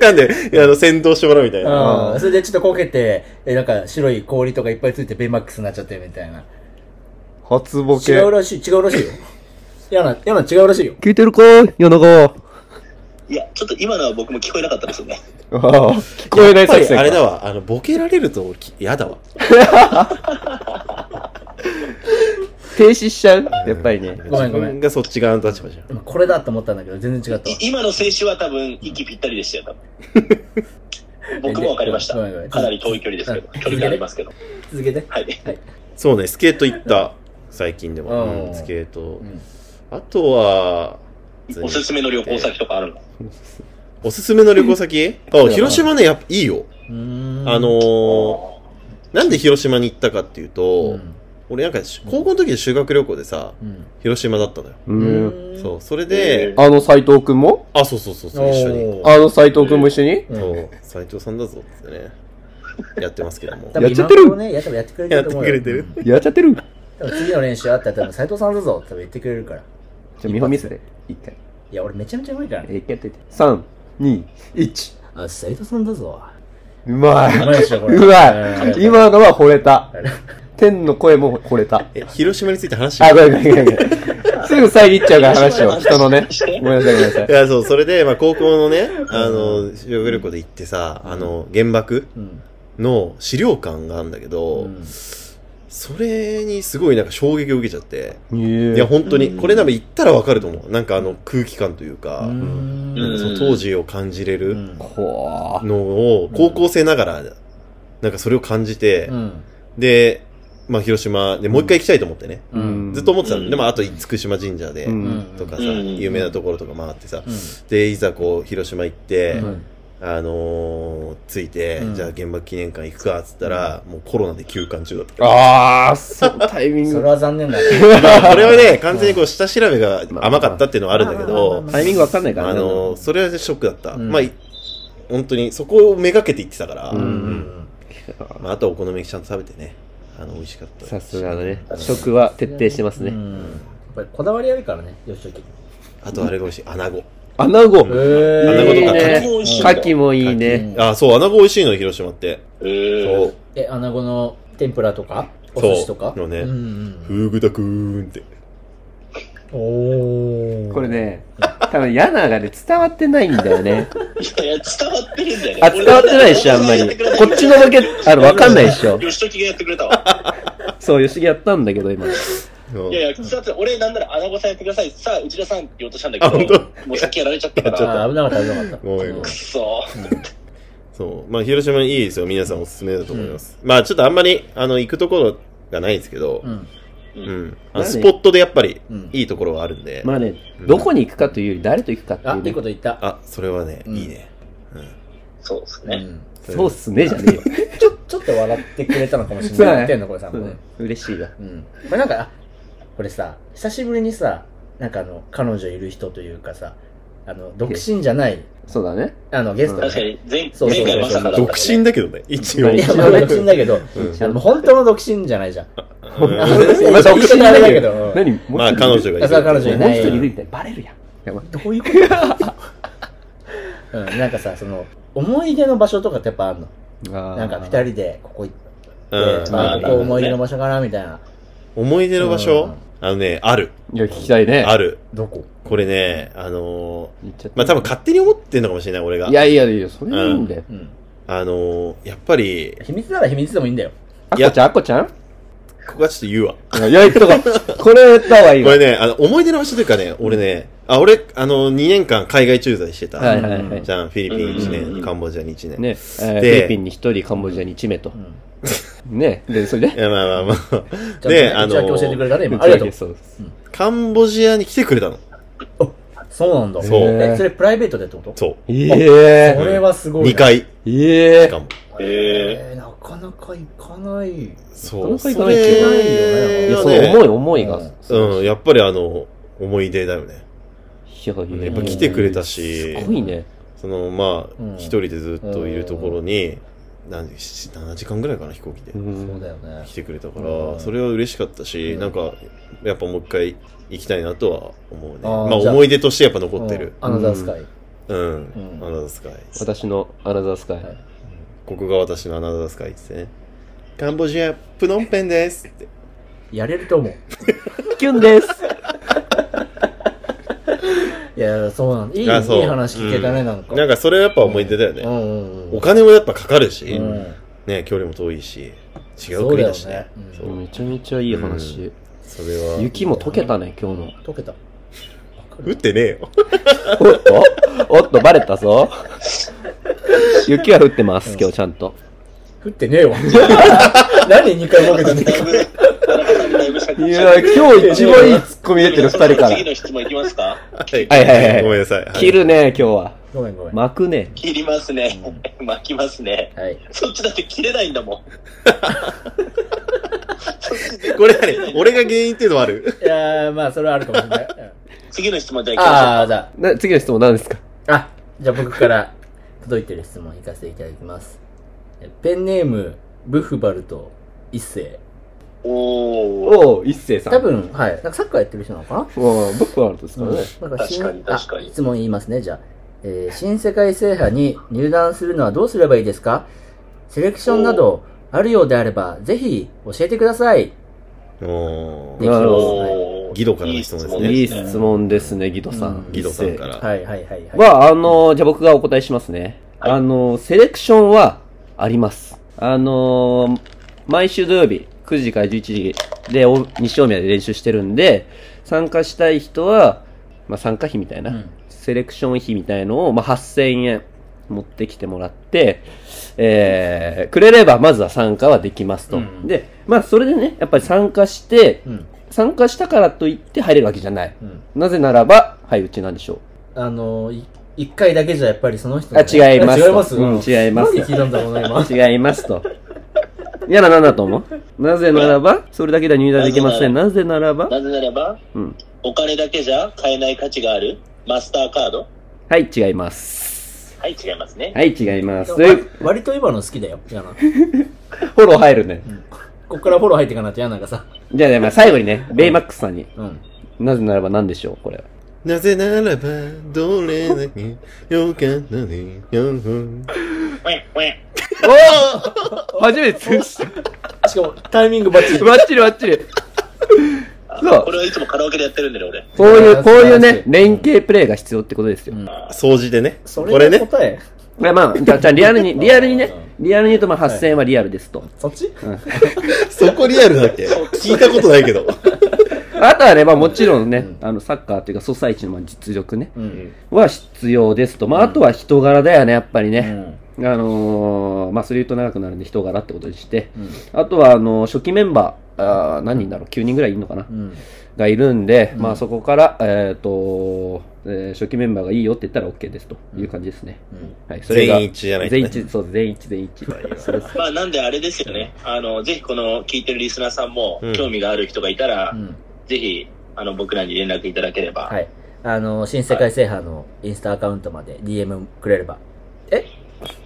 [SPEAKER 6] 掴んで、いやあの、先導してもらうみたいな。
[SPEAKER 1] うん、それでちょっとこけて、えなんか白い氷とかいっぱいついてベイマックスになっちゃってるみたいな。
[SPEAKER 4] 初ボ
[SPEAKER 1] 違うらしい、違うらしいよ。やな、やな違うらしいよ。
[SPEAKER 4] 聞いてるか夜中。
[SPEAKER 3] いや、ちょっと今のは僕も聞こえなかったですよね。
[SPEAKER 4] あー聞こえな
[SPEAKER 6] や
[SPEAKER 4] い
[SPEAKER 6] っぱ
[SPEAKER 4] 作
[SPEAKER 6] り
[SPEAKER 4] 戦か。
[SPEAKER 6] あれだわ、あの、ボケられると俺き嫌だわ。
[SPEAKER 4] 停止しちゃうやっぱりね。
[SPEAKER 1] ごめんごめ
[SPEAKER 6] 自
[SPEAKER 1] ん
[SPEAKER 6] 分がそっち側の立場じゃん。
[SPEAKER 1] 今これだと思ったんだけど、全然違ったわ
[SPEAKER 3] い。今の静止は多分息ぴったりでしたよ、 多分。僕もわかりました
[SPEAKER 1] ごめんごめん。
[SPEAKER 3] かなり遠い距離ですけど
[SPEAKER 1] うん、
[SPEAKER 3] 距離がありますけど。
[SPEAKER 1] 続けて。
[SPEAKER 3] はい。
[SPEAKER 6] そうね、スケート行った。最近でも。
[SPEAKER 1] うん
[SPEAKER 6] うんスケート
[SPEAKER 1] ん。
[SPEAKER 6] あとは、
[SPEAKER 3] おすすめの旅行先とかあるの
[SPEAKER 6] おすすめの旅行先あ、広島ね、やっぱいいよ。
[SPEAKER 1] うーん。
[SPEAKER 6] あのー、なんで広島に行ったかっていう
[SPEAKER 1] う
[SPEAKER 6] と、
[SPEAKER 1] ん、
[SPEAKER 6] 俺なんかし高校の時の修学旅行でさ、
[SPEAKER 1] うん。
[SPEAKER 6] 広島だったのよ。
[SPEAKER 4] う。
[SPEAKER 1] うんーん
[SPEAKER 6] そう、それで、
[SPEAKER 4] あの斎藤くんも
[SPEAKER 6] あ、そうそうそうそう、一緒に。
[SPEAKER 1] おー
[SPEAKER 4] あの斎藤くんも一緒に
[SPEAKER 1] うん
[SPEAKER 6] そう、斎藤さんだぞってね、 やってますけども。
[SPEAKER 1] 多
[SPEAKER 4] や
[SPEAKER 1] 分
[SPEAKER 4] っちゃってる
[SPEAKER 1] 今頃ね、や多分やってくれてると思うよ。
[SPEAKER 6] やってくれてる
[SPEAKER 1] うん
[SPEAKER 4] やっちゃってるじゃ
[SPEAKER 1] 多分次の練習あったら多分斎藤さんだぞって多分言ってくれるから。
[SPEAKER 4] あ見本見せて。一回。
[SPEAKER 1] いや、俺めちゃめちゃうまいからね。
[SPEAKER 4] え、一回やってて。3、2、1。
[SPEAKER 1] あ、斎藤さんだぞ。
[SPEAKER 4] うま
[SPEAKER 1] う
[SPEAKER 4] い。
[SPEAKER 1] まいでしょ、これ。
[SPEAKER 4] うま
[SPEAKER 1] う
[SPEAKER 4] い。今のは惚れた。天の声も惚れた。
[SPEAKER 6] え、広島について話して
[SPEAKER 4] あ、
[SPEAKER 6] る
[SPEAKER 4] ごめんごめんごめんごめん。すぐ遮っちゃうから話を。人のね。ごめんなさいごめんなさい
[SPEAKER 6] い。や、そう、それで、まあ、高校のね、あの、修学旅行で行ってさ、あの、原爆
[SPEAKER 1] うん。
[SPEAKER 6] の資料館があるんだけど、
[SPEAKER 1] うん
[SPEAKER 6] それにすごいなんか衝撃を受けちゃって、い
[SPEAKER 4] い
[SPEAKER 6] や、本当に、これ多分行ったらわかると思う。なんかあの、空気感というか、
[SPEAKER 1] うん
[SPEAKER 6] なんかその当時を感じれ
[SPEAKER 1] う
[SPEAKER 6] る
[SPEAKER 1] ん。
[SPEAKER 4] ほー
[SPEAKER 6] のを、高校生ながら、なんかそれを感じて、
[SPEAKER 1] うん。
[SPEAKER 6] で、まあ、広島でもう一回行きたいと思ってね。
[SPEAKER 1] う。
[SPEAKER 4] うんん
[SPEAKER 6] ずっと思ってたの。
[SPEAKER 3] うん
[SPEAKER 6] で、まあ、あと、厳島神社で
[SPEAKER 4] う、
[SPEAKER 1] うんん。
[SPEAKER 6] とかさ、
[SPEAKER 3] うん
[SPEAKER 6] 有名なところとか回ってさ
[SPEAKER 1] う、ん。
[SPEAKER 6] で、いざこう、広島行って、
[SPEAKER 1] うん
[SPEAKER 6] あのー、着いて、
[SPEAKER 1] うん
[SPEAKER 6] じゃあ原爆記念館行くかっつったら、もうコロナで休館中だった。
[SPEAKER 4] あー、そう、 タイミン
[SPEAKER 1] それ
[SPEAKER 4] グ。
[SPEAKER 1] は残念だね。
[SPEAKER 6] まあ、これはね、完全にこう、下調べが甘かったっていうのはあるんだけ
[SPEAKER 1] まあ
[SPEAKER 6] ど
[SPEAKER 1] ま、
[SPEAKER 4] タイミングわかんないから
[SPEAKER 6] あ
[SPEAKER 4] ね。
[SPEAKER 6] のー、それはショックだった。
[SPEAKER 1] うん
[SPEAKER 6] まあ、い本当に、そこをめがけて行ってたから、
[SPEAKER 4] う
[SPEAKER 1] うんん。
[SPEAKER 6] まあ、あとはお好み焼きちゃんと食べてね、あの、美味しかった。
[SPEAKER 4] さすがだね。食は徹底してます
[SPEAKER 1] う
[SPEAKER 4] ね。
[SPEAKER 1] ん。やっぱりこだわりあるからね、吉崎。
[SPEAKER 6] あとあれが美味しい、穴子。
[SPEAKER 4] 穴子。
[SPEAKER 1] え
[SPEAKER 6] 穴子とか
[SPEAKER 4] ね
[SPEAKER 3] 牡蠣も美味しいんだ
[SPEAKER 4] 牡蠣もいいね。
[SPEAKER 6] あ、そう、穴子美味しいのよ、広島って。
[SPEAKER 3] えー
[SPEAKER 6] そう。
[SPEAKER 1] え、穴子の天ぷらとかお寿司とか
[SPEAKER 6] そうのね
[SPEAKER 1] うんうん
[SPEAKER 6] ふぐだくーんって。
[SPEAKER 1] おー。
[SPEAKER 4] これね、多分ヤナがね、伝わってないんだよね。
[SPEAKER 3] いやいや、伝わってるんだよね。
[SPEAKER 4] あ、伝わってないでしょ、あんまり。こっちのボケ、あの、わかんないでしょ。
[SPEAKER 3] 吉時がやってくれたわ。
[SPEAKER 4] そう、吉木やったんだけど、今。
[SPEAKER 6] そう
[SPEAKER 3] いやいや、伝わってない俺なんなら穴子さんやってください。さあ、内田さんって言おうとしたんだけど、
[SPEAKER 6] あ本
[SPEAKER 3] もうさっきやられちゃったか
[SPEAKER 6] ちょっ
[SPEAKER 3] ら。
[SPEAKER 1] あー、危なかった、危なかった。
[SPEAKER 6] ごめんごめん
[SPEAKER 3] くっそ
[SPEAKER 6] そう。まあ、広島いいですよ。皆さんおすすめだと思います。まあ、ちょっとあんまり、あの、行くところがないですけど
[SPEAKER 1] う、ん。
[SPEAKER 6] うん。あの
[SPEAKER 4] まあね
[SPEAKER 6] スポットでやっぱり
[SPEAKER 1] うん、
[SPEAKER 6] いいところはあるんで。
[SPEAKER 4] まあね、どこに行くかというより、誰と行くかってい
[SPEAKER 1] あ
[SPEAKER 4] う、
[SPEAKER 1] いい
[SPEAKER 4] ね
[SPEAKER 1] こ。と言った。
[SPEAKER 6] あ、それはね、
[SPEAKER 1] うん
[SPEAKER 6] いいね。
[SPEAKER 3] そうです
[SPEAKER 1] う
[SPEAKER 3] ね。
[SPEAKER 1] ん。
[SPEAKER 4] そうっすね、じゃねえよ。
[SPEAKER 1] ちょ、ちょっと笑ってくれたのかもしれ
[SPEAKER 4] そう
[SPEAKER 1] ない。
[SPEAKER 4] だね
[SPEAKER 1] 言ってんの、これさんもね。
[SPEAKER 4] 嬉しいわ。
[SPEAKER 1] うん。これなんか、あこれさ、久しぶりにさ、なんかあの、彼女いる人というかさ、あの、独身じゃない、
[SPEAKER 4] そうだね。
[SPEAKER 1] あの、ゲスト
[SPEAKER 3] 確か
[SPEAKER 1] ね
[SPEAKER 3] に前、
[SPEAKER 1] そうそうそう
[SPEAKER 3] 前回まさかだったね
[SPEAKER 6] 独身だけどね、一応。
[SPEAKER 4] まあ
[SPEAKER 1] い
[SPEAKER 4] 一
[SPEAKER 1] や、
[SPEAKER 4] 応
[SPEAKER 1] まあ独身だけど、
[SPEAKER 6] うん
[SPEAKER 1] あの本当の独身じゃないじゃん。
[SPEAKER 6] うん
[SPEAKER 4] まあ独身
[SPEAKER 1] あ
[SPEAKER 4] だ
[SPEAKER 1] れだ
[SPEAKER 4] け
[SPEAKER 1] け
[SPEAKER 4] ど
[SPEAKER 1] ど。
[SPEAKER 4] 何もう
[SPEAKER 6] まあ、彼女がい
[SPEAKER 1] あそう彼
[SPEAKER 6] る。
[SPEAKER 1] 女い
[SPEAKER 4] もう
[SPEAKER 1] な
[SPEAKER 4] 一人いる
[SPEAKER 1] い。
[SPEAKER 4] みたいな。バレるやん。やばい。
[SPEAKER 1] どういうことうん、なんかさ、その、思い出の場所とかってやっぱあるの。
[SPEAKER 4] な
[SPEAKER 1] なんか二人でここ行って、
[SPEAKER 6] うん
[SPEAKER 1] まあ、
[SPEAKER 3] あ
[SPEAKER 1] ここ
[SPEAKER 3] る
[SPEAKER 1] 思い出の場所かなみたいな。
[SPEAKER 6] 思い出の場
[SPEAKER 1] う
[SPEAKER 6] 所
[SPEAKER 1] ん
[SPEAKER 6] あのね、ある。
[SPEAKER 4] いや、聞きたいね。
[SPEAKER 6] ある。
[SPEAKER 1] どこ
[SPEAKER 6] これね、あのー、
[SPEAKER 4] 言っちゃった
[SPEAKER 6] まあ、多分勝手に思ってんのかもしれない、俺が
[SPEAKER 4] い。やいやいや、それはいいんだよ。
[SPEAKER 1] うん。
[SPEAKER 6] あのー、やっぱり、
[SPEAKER 1] 秘密なら秘密でもいいんだよ。
[SPEAKER 4] あ
[SPEAKER 6] いや
[SPEAKER 4] こちゃん、あこち ゃん
[SPEAKER 6] ここはちょっと言うわ。
[SPEAKER 4] いや、言っとか。これ言った方がいい
[SPEAKER 6] こ
[SPEAKER 4] わ。
[SPEAKER 6] れね、あの、思い出の場所というかね、俺ね、あ、俺、あの、2年間海外駐在してた。
[SPEAKER 4] はいはいはい。
[SPEAKER 6] じゃん、フィリピン1年、
[SPEAKER 3] うん
[SPEAKER 6] カンボジアに1年。
[SPEAKER 4] ね、えーフ
[SPEAKER 6] で
[SPEAKER 4] ィリピンに一人、カンボジアに一名と
[SPEAKER 1] う。ん。
[SPEAKER 4] ね、で、それ
[SPEAKER 6] い
[SPEAKER 4] で、
[SPEAKER 6] や、まあまあ まあ。
[SPEAKER 1] ち
[SPEAKER 6] で、
[SPEAKER 1] ゃ
[SPEAKER 6] あ
[SPEAKER 1] んと内訳教えてく
[SPEAKER 6] の、
[SPEAKER 1] れたね、今。ありがとう。
[SPEAKER 4] そう
[SPEAKER 6] カンボジアに来てくれたの。
[SPEAKER 1] そうなんだ。
[SPEAKER 6] そう
[SPEAKER 1] え、それプライベートでってこと
[SPEAKER 6] そ
[SPEAKER 4] え
[SPEAKER 1] それはす
[SPEAKER 6] う。
[SPEAKER 1] ごいな。
[SPEAKER 6] 2回
[SPEAKER 4] ええ
[SPEAKER 6] しか
[SPEAKER 4] え
[SPEAKER 6] も。
[SPEAKER 3] え
[SPEAKER 1] えー、なかなか行かない。
[SPEAKER 6] そう。
[SPEAKER 4] そ
[SPEAKER 6] そ
[SPEAKER 4] の
[SPEAKER 6] れ
[SPEAKER 4] 回行かない
[SPEAKER 1] よね
[SPEAKER 4] いや、
[SPEAKER 6] は
[SPEAKER 4] その
[SPEAKER 6] ね
[SPEAKER 4] 思い、思いが。
[SPEAKER 1] うん
[SPEAKER 6] うん、やっぱりあの、思い出だよね。
[SPEAKER 4] いやいや
[SPEAKER 6] やっぱ来てくれたし
[SPEAKER 4] す、ごいね。
[SPEAKER 6] そのまあ
[SPEAKER 1] うん
[SPEAKER 6] 一人でずっといるところに何し7時間ぐらいかな飛行機で
[SPEAKER 1] そうだよね
[SPEAKER 6] 来てくれたか
[SPEAKER 1] う
[SPEAKER 6] ら
[SPEAKER 1] ん
[SPEAKER 6] それは嬉しかったし
[SPEAKER 1] うん
[SPEAKER 6] なんかやっぱもう一回行きたいなとは思うね
[SPEAKER 1] あ
[SPEAKER 6] ま
[SPEAKER 1] ー
[SPEAKER 6] あ
[SPEAKER 1] じゃあ
[SPEAKER 6] 思い出としてやっぱ残ってる
[SPEAKER 1] うんアナザースカイ
[SPEAKER 6] うん
[SPEAKER 1] うん
[SPEAKER 6] アナザースカイ
[SPEAKER 4] 私のアナザースカイ。
[SPEAKER 6] ここが私のアナザースカイですねカンボジアプノンペンですって
[SPEAKER 1] やれると思う
[SPEAKER 4] キュンです。
[SPEAKER 1] いやそうなんいいいい
[SPEAKER 6] あそう
[SPEAKER 1] 話聞けたねなんか
[SPEAKER 6] なんかそれはやっぱ思い出だよ
[SPEAKER 1] う
[SPEAKER 6] ね
[SPEAKER 1] んうんうん
[SPEAKER 6] お金もやっぱかかるし
[SPEAKER 1] うん
[SPEAKER 6] ね距離も遠いし違う国だしね
[SPEAKER 1] そ
[SPEAKER 6] そ
[SPEAKER 1] うだよねうん
[SPEAKER 6] う
[SPEAKER 4] めちゃめちゃいい話。
[SPEAKER 6] それは
[SPEAKER 4] 雪も溶けたね、今日の。
[SPEAKER 1] 溶けた
[SPEAKER 6] 降ってねえよ
[SPEAKER 4] おっとおっと、バレたぞ。雪は降ってます、今日ちゃんと。
[SPEAKER 1] 降ってねえわ 何2回ボケたね
[SPEAKER 3] だいぶ、だいぶ先
[SPEAKER 4] いや、今日一番いいツッコミ出てる、二人から
[SPEAKER 3] 次。の質問いきますか
[SPEAKER 6] はい
[SPEAKER 4] はいはいはい
[SPEAKER 6] ごめんなさいはい
[SPEAKER 4] 切るね、今日は。
[SPEAKER 1] ごめんごめん
[SPEAKER 4] 巻くね。
[SPEAKER 3] 切りますね。巻きますね。
[SPEAKER 1] はい
[SPEAKER 3] そっちだって切れないんだもん。
[SPEAKER 6] これ何俺が原因っていうのもある
[SPEAKER 1] いやーまあそれはあるかもし れないうん
[SPEAKER 3] 次の質問じゃあいきましょうか
[SPEAKER 1] ああじゃあ
[SPEAKER 4] な次の質問何ですか
[SPEAKER 1] あ、じゃあ僕から届いてる質問いかせていただきます。えペンネーム、ブフバルト一世。
[SPEAKER 3] おー。
[SPEAKER 4] おお、一星さん。
[SPEAKER 1] 多分、はい。なんかサッカーやってる人なのかな
[SPEAKER 4] うん、僕はあるんですからね。
[SPEAKER 1] なんか新
[SPEAKER 3] 確かに確かに
[SPEAKER 1] あ質問言いますね、じゃあ。えー新世界制覇に入団するのはどうすればいいですかセレクションなどあるようであれば、ぜひ教えてください。
[SPEAKER 6] おー
[SPEAKER 1] できてます。はい
[SPEAKER 3] おー
[SPEAKER 6] ギドからの質問ですね
[SPEAKER 4] いい質問ですね、ギドさん
[SPEAKER 1] う。ん
[SPEAKER 6] ギドさんから。
[SPEAKER 1] はいはいはいはい。
[SPEAKER 4] は、あの、じゃあ僕がお答えしますね。
[SPEAKER 3] はい
[SPEAKER 4] あの、セレクションはあります。あの、毎週土曜日、9時から11時で、お西大宮で練習してるんで、参加したい人は、まあ、参加費みたいな、
[SPEAKER 1] うん
[SPEAKER 4] セレクション費みたいのを、まあ、8000円持ってきてもらって、えー、くれればまずは参加はできますと。
[SPEAKER 1] うん
[SPEAKER 4] で、まあ、それでね、やっぱり参加して、
[SPEAKER 1] うん。
[SPEAKER 4] 参加したからといって入れるわけじゃない。
[SPEAKER 1] うん。
[SPEAKER 4] なぜならば、はいうちなんでしょう。
[SPEAKER 1] あのー、い一回だけじゃやっぱりその人
[SPEAKER 4] あ、
[SPEAKER 1] のね
[SPEAKER 4] 違いますと。
[SPEAKER 1] 違います
[SPEAKER 4] うん、違いま
[SPEAKER 1] なんで聞いたんだろうな、今。
[SPEAKER 4] す。違いますと。いやな、なんだと思うなぜならば、それだけでは入団できません。なぜならば、
[SPEAKER 3] なぜならば、
[SPEAKER 4] うん。
[SPEAKER 3] お金だけじゃ買えない価値があるマスターカード
[SPEAKER 4] はい、違います。
[SPEAKER 3] はい、違いますね。
[SPEAKER 4] はい、違います。フ
[SPEAKER 1] でも割割と今の好きだよ、嫌な。
[SPEAKER 4] ォロー入るね。
[SPEAKER 1] こっからフォロー入っていかないと嫌なんかさ。
[SPEAKER 4] じゃあね、まあ、最後にね、ベイマックスさんに、
[SPEAKER 1] うん。
[SPEAKER 4] なぜならば何でしょう、これは。
[SPEAKER 6] なぜならば、どれだけよかったね、よん
[SPEAKER 3] ウェンウェン
[SPEAKER 4] 初めて通し
[SPEAKER 1] しかも、タイミングバッチリ。
[SPEAKER 4] バッチリバッチリ。そう
[SPEAKER 3] これはいつもカラオケでやってるんでね、俺。
[SPEAKER 4] こういう、こういう
[SPEAKER 1] 素晴ら
[SPEAKER 4] ね
[SPEAKER 1] し、い
[SPEAKER 4] 連携プレイが必要ってことですよ。
[SPEAKER 6] 掃除でね。
[SPEAKER 1] そ
[SPEAKER 6] こ
[SPEAKER 1] れ
[SPEAKER 6] れ
[SPEAKER 1] が
[SPEAKER 6] ね。
[SPEAKER 1] 答え。
[SPEAKER 4] いやまあ、じゃあ、じゃあリアルに、リアルにね、リアルに言うと、まあ、8000円はリアルですと。
[SPEAKER 1] そっち
[SPEAKER 6] そこリアルだっけ聞いたことないけど。
[SPEAKER 4] あとはね、まあもちろんね、あの、サッカーというか、ソサイチのまあ実力ね、
[SPEAKER 1] うん。
[SPEAKER 4] は必要ですと。まああとは人柄だよね、やっぱり
[SPEAKER 1] う
[SPEAKER 4] ね。
[SPEAKER 1] ん。
[SPEAKER 4] あのー、まあそれ言うと長くなるんで人柄ってことにして
[SPEAKER 1] うん。
[SPEAKER 4] あとは、あのー、初期メンバー、あー何人だろう ?9 人ぐらいいるのかな
[SPEAKER 1] うん。
[SPEAKER 4] がいるんで、
[SPEAKER 1] うん
[SPEAKER 4] まあそこから、えっと、えー初期メンバーがいいよって言ったら OK ですという感じですね。はい、それが
[SPEAKER 6] 全員一致じゃないと
[SPEAKER 4] 全
[SPEAKER 6] ね
[SPEAKER 4] 員一致、そう、全員一致、全員一致。そうです
[SPEAKER 3] まあ、なんであれですよね。あの、ぜひこの聞いてるリスナーさんも
[SPEAKER 6] うん
[SPEAKER 3] 興味がある人がいたら、
[SPEAKER 1] うん。
[SPEAKER 3] ぜひ、あの、僕らに連絡いただければ。
[SPEAKER 1] はい。あの、新世界制覇のインスタアカウントまで DM くれれば。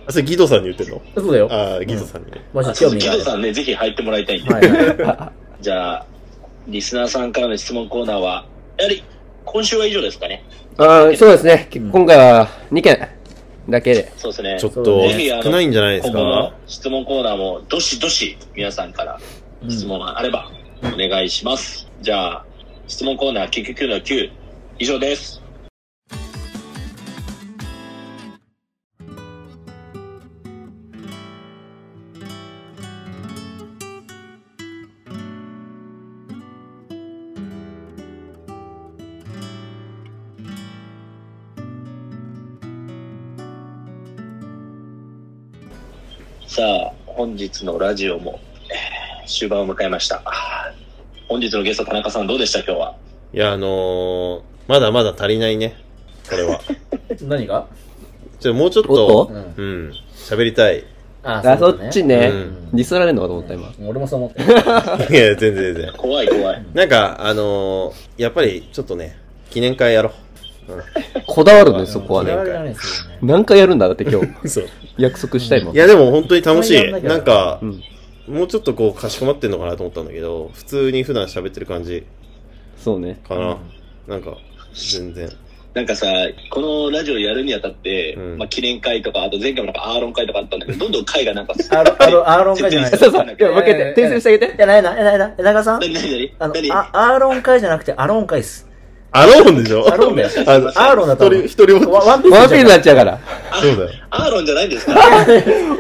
[SPEAKER 6] あ、それギドさんに言ってんの
[SPEAKER 1] そうだよ。
[SPEAKER 6] ああ、ギドさんにね。
[SPEAKER 1] も
[SPEAKER 3] あ
[SPEAKER 1] し
[SPEAKER 3] そ
[SPEAKER 1] 興
[SPEAKER 3] う
[SPEAKER 1] 味
[SPEAKER 3] キ
[SPEAKER 1] があ
[SPEAKER 3] ド
[SPEAKER 1] れば
[SPEAKER 3] さんね、ぜひ入ってもらいたいんで。
[SPEAKER 1] はいはい。
[SPEAKER 3] じゃあ、リスナーさんからの質問コーナーは、やはり、今週は以上ですかね。
[SPEAKER 4] あーそうですね。今回は2件だけで。
[SPEAKER 3] そうですね。
[SPEAKER 6] ちょっと、
[SPEAKER 1] そう
[SPEAKER 3] ね
[SPEAKER 6] 少ないんじゃないです
[SPEAKER 3] 今後の
[SPEAKER 6] か
[SPEAKER 3] 質問コーナーも、どしどし、皆さんから質問があれば、お願いします。じゃあ、質問コーナー、結局の9、以上です。さあ、本日のラジオも、えー終盤を迎えました。本日のゲスト、田中さん、どうでした今日は。
[SPEAKER 6] いや、あのー、まだまだ足りないね。これは。
[SPEAKER 1] 何が
[SPEAKER 6] ちょ、もうちょっ
[SPEAKER 4] お
[SPEAKER 6] と
[SPEAKER 4] っと、
[SPEAKER 1] うん。
[SPEAKER 6] うん、喋りたい。い
[SPEAKER 1] あ
[SPEAKER 4] あ、そっち。ね
[SPEAKER 6] う。
[SPEAKER 1] ん
[SPEAKER 4] ディスられるのかと思った、今。
[SPEAKER 1] 俺もそう思ってる。
[SPEAKER 6] や、全然全然。
[SPEAKER 3] 怖い怖い。
[SPEAKER 6] なんか、あのー、やっぱり、ちょっとね、記念会やろう。
[SPEAKER 4] こだわるね、そこは
[SPEAKER 1] 嫌
[SPEAKER 4] ね
[SPEAKER 1] わ。れられないですよね。
[SPEAKER 4] 何回やるんだだって今 日。
[SPEAKER 6] そう。
[SPEAKER 4] 約束したいもん。
[SPEAKER 6] いや、でも本当に楽しい。なんか
[SPEAKER 4] う、ん。
[SPEAKER 6] もうちょっとこう、かしこまってんのかなと思ったんだけど、普通に普段喋ってる感じ
[SPEAKER 4] そうね。
[SPEAKER 6] かな。なんか、全然。
[SPEAKER 3] なんかさ、このラジオやるにあたって、
[SPEAKER 6] うん
[SPEAKER 3] まあ記念会とか、あと前回もなんかアーロン会とかあったんだけど、どんどん会がなんか、
[SPEAKER 1] アロアロアーロン会じゃない。
[SPEAKER 4] そうそう。いや、分けて、訂正してあげて。
[SPEAKER 1] いや、ないな、いやないな、え、中田さん
[SPEAKER 3] 何何
[SPEAKER 1] あ
[SPEAKER 3] 何
[SPEAKER 1] の
[SPEAKER 3] 何、
[SPEAKER 1] あアーロン会じゃなくて、アロン会っす。
[SPEAKER 6] アローンでしょ
[SPEAKER 1] アロンだよ。
[SPEAKER 6] あの
[SPEAKER 1] アーロンだと思う
[SPEAKER 6] 一人、一人ぼっ
[SPEAKER 1] ワワンピースじゃん。
[SPEAKER 4] ワンピースになっちゃう から。
[SPEAKER 6] ちそうだよ。
[SPEAKER 3] アーロンじゃないんで すか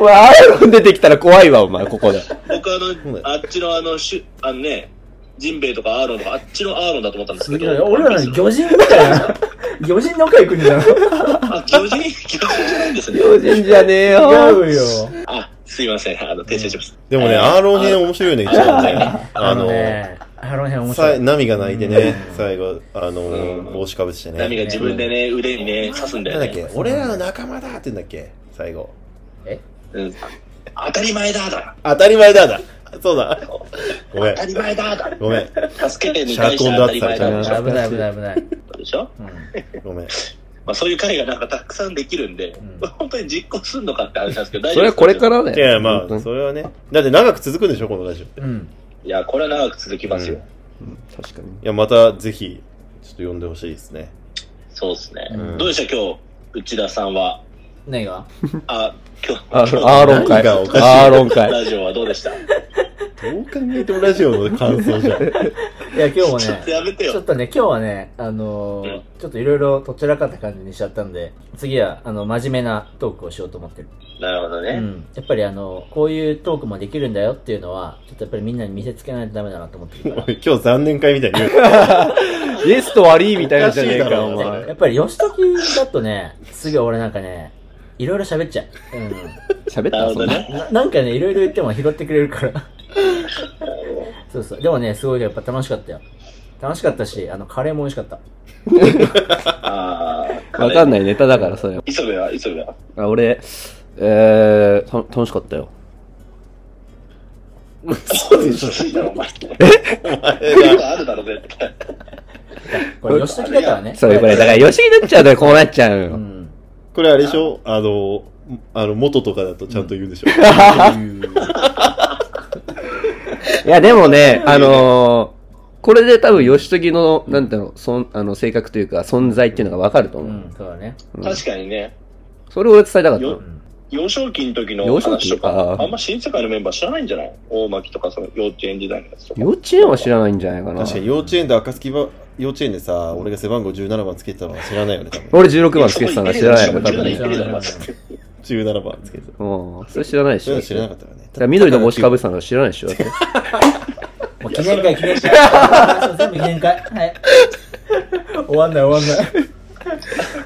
[SPEAKER 4] お前、アイロン出てきたら怖いわ、お前、ここで。
[SPEAKER 3] 僕あの、あっちのあの、しゅあのね、ジンベイとかアーロンとか、あっちのアーロンだと思ったんですけ
[SPEAKER 1] すげ
[SPEAKER 3] ど
[SPEAKER 1] え。俺らの魚人みたいな。魚人の会来るじゃん。
[SPEAKER 3] あ、巨人巨人じゃないんですね。
[SPEAKER 4] 巨人じゃねえよ。
[SPEAKER 1] 違うよ。
[SPEAKER 3] あ、すいません。あの、訂正します。
[SPEAKER 6] でもね、アーロン編面白いよね、一番ね。あの、
[SPEAKER 1] ね、アーロン編面白
[SPEAKER 6] さ
[SPEAKER 1] い。
[SPEAKER 6] 波が泣いてね、最後、あの、
[SPEAKER 3] うん
[SPEAKER 6] 帽子かぶってね。
[SPEAKER 3] 波が自分でね、腕にね、刺すんだ
[SPEAKER 6] な
[SPEAKER 3] よ
[SPEAKER 6] んだっ
[SPEAKER 3] ね。
[SPEAKER 6] け俺らの仲間だって言うんだっけ最後。
[SPEAKER 3] うん当たり前だだ
[SPEAKER 6] 当たり前だだそうだ。ごめん
[SPEAKER 3] 当。たり前だだ
[SPEAKER 6] ごめん。
[SPEAKER 3] 助けてに対して当たり前だ
[SPEAKER 4] シャ
[SPEAKER 3] だ
[SPEAKER 4] ー
[SPEAKER 1] 危ない危ない危ない。
[SPEAKER 3] でしょ
[SPEAKER 6] ごめん。
[SPEAKER 3] まあそういう会がなんかたくさんできるんで、
[SPEAKER 1] うん
[SPEAKER 3] 本当に実行すんのかって話なんですけど、大
[SPEAKER 4] そ
[SPEAKER 3] 丈夫
[SPEAKER 4] れ
[SPEAKER 3] です
[SPEAKER 4] はこれからだ
[SPEAKER 6] いや、
[SPEAKER 4] よ。
[SPEAKER 6] まあ、
[SPEAKER 4] 本当に
[SPEAKER 6] それはね。だって長く続くんでしょこのラジオ。い
[SPEAKER 1] うん。
[SPEAKER 3] いや、これは長く続きますよ。
[SPEAKER 6] うん
[SPEAKER 4] 確かに。
[SPEAKER 6] や、またぜひ、ちょっと呼んでほしいですね。
[SPEAKER 3] そうですね、
[SPEAKER 6] うん
[SPEAKER 3] どうでした今日、内田さんは。
[SPEAKER 1] 何が
[SPEAKER 3] あ、今日、
[SPEAKER 4] ア
[SPEAKER 3] 今日
[SPEAKER 4] ーロン
[SPEAKER 6] 何
[SPEAKER 4] 会。
[SPEAKER 6] がおかしい
[SPEAKER 4] アーロン会。
[SPEAKER 3] ラジオはどうでした
[SPEAKER 6] どう考えてもラジオの感想じゃん。
[SPEAKER 1] いや、今日も
[SPEAKER 3] ちょっと
[SPEAKER 1] ね、
[SPEAKER 3] やめて
[SPEAKER 1] ちょ
[SPEAKER 3] よ
[SPEAKER 1] っ。とね、今日はね、あの
[SPEAKER 3] う
[SPEAKER 1] ー
[SPEAKER 3] ん、
[SPEAKER 1] ちょっといろいろとっちらかった感じにしちゃったんで、次は、あの、真面目なトークをしようと思ってる。
[SPEAKER 3] なるほどね。
[SPEAKER 1] うん。やっぱりあの、こういうトークもできるんだよっていうのは、ちょっとやっぱりみんなに見せつけ ないとダメだなと思ってるから。
[SPEAKER 6] 今日残念会みたいに言うな。
[SPEAKER 4] ゲスト悪いみたいなんじゃねえ
[SPEAKER 6] おかしいだ
[SPEAKER 4] か、
[SPEAKER 6] ろ
[SPEAKER 4] お前。
[SPEAKER 1] やっぱり、吉時だとね、すぐ俺なんかね、いろいろ喋っちゃう。
[SPEAKER 4] 喋
[SPEAKER 3] な
[SPEAKER 4] った
[SPEAKER 3] るほ
[SPEAKER 4] そ
[SPEAKER 3] ど
[SPEAKER 4] んな。
[SPEAKER 3] ね。
[SPEAKER 1] うん。ななんかね、いろいろ言っても拾ってくれる から。そうそう。でもね、すごいやっぱ楽しかったよ。楽しかったし、あの、カレーも美味しかった。
[SPEAKER 3] ああ、。
[SPEAKER 4] わかんないいネタだから、それは。
[SPEAKER 3] 磯部は、磯部は。
[SPEAKER 4] あ、俺、えー、た楽しかったよ。
[SPEAKER 3] そうでしょ。お前。なんかあるだろ、絶対。
[SPEAKER 1] これ、吉時だからね。
[SPEAKER 4] それこれ、だから、吉木になっちゃうとこうなっちゃう
[SPEAKER 1] う
[SPEAKER 4] よ。
[SPEAKER 1] ん。
[SPEAKER 6] これあれでしょあの、あの、元とかだとちゃんと言うでしょ。
[SPEAKER 4] いや、でもね、あのー、これで多分、吉時の、なんていうの、そん、あの、性格というか、存在っていうのがわかると
[SPEAKER 1] う
[SPEAKER 4] 思う。
[SPEAKER 1] ん、そうだね。
[SPEAKER 3] 確かにね、
[SPEAKER 4] それを俺伝えたかった
[SPEAKER 3] よ
[SPEAKER 4] の。
[SPEAKER 3] 幼少期の時の
[SPEAKER 4] 幼少期
[SPEAKER 3] 話と
[SPEAKER 4] あ
[SPEAKER 3] か、
[SPEAKER 4] ー
[SPEAKER 3] あんま新世界のメンバー知らないんじゃない大巻とか、その幼稚園時代のやつとか。
[SPEAKER 4] 幼稚園は知らないんじゃないかな。
[SPEAKER 6] 確かに幼稚園で暁ば、幼稚園でさ、俺が背番号17番つけてたのは知らないよね、多分。
[SPEAKER 4] 俺16番つけてたのは知らないよ、多
[SPEAKER 3] 知ら
[SPEAKER 4] 分
[SPEAKER 3] ない
[SPEAKER 4] ね。
[SPEAKER 3] 知らない
[SPEAKER 6] 17番つけてた。
[SPEAKER 4] うん。それ知らないでし
[SPEAKER 6] そういう
[SPEAKER 4] ょ。
[SPEAKER 6] の知らなかったよね。
[SPEAKER 4] だから緑の帽子かぶってたのは知らないでしょ。だって
[SPEAKER 1] もう記念会、記念 会。全部記念会。はい。 終わんない、終わんない。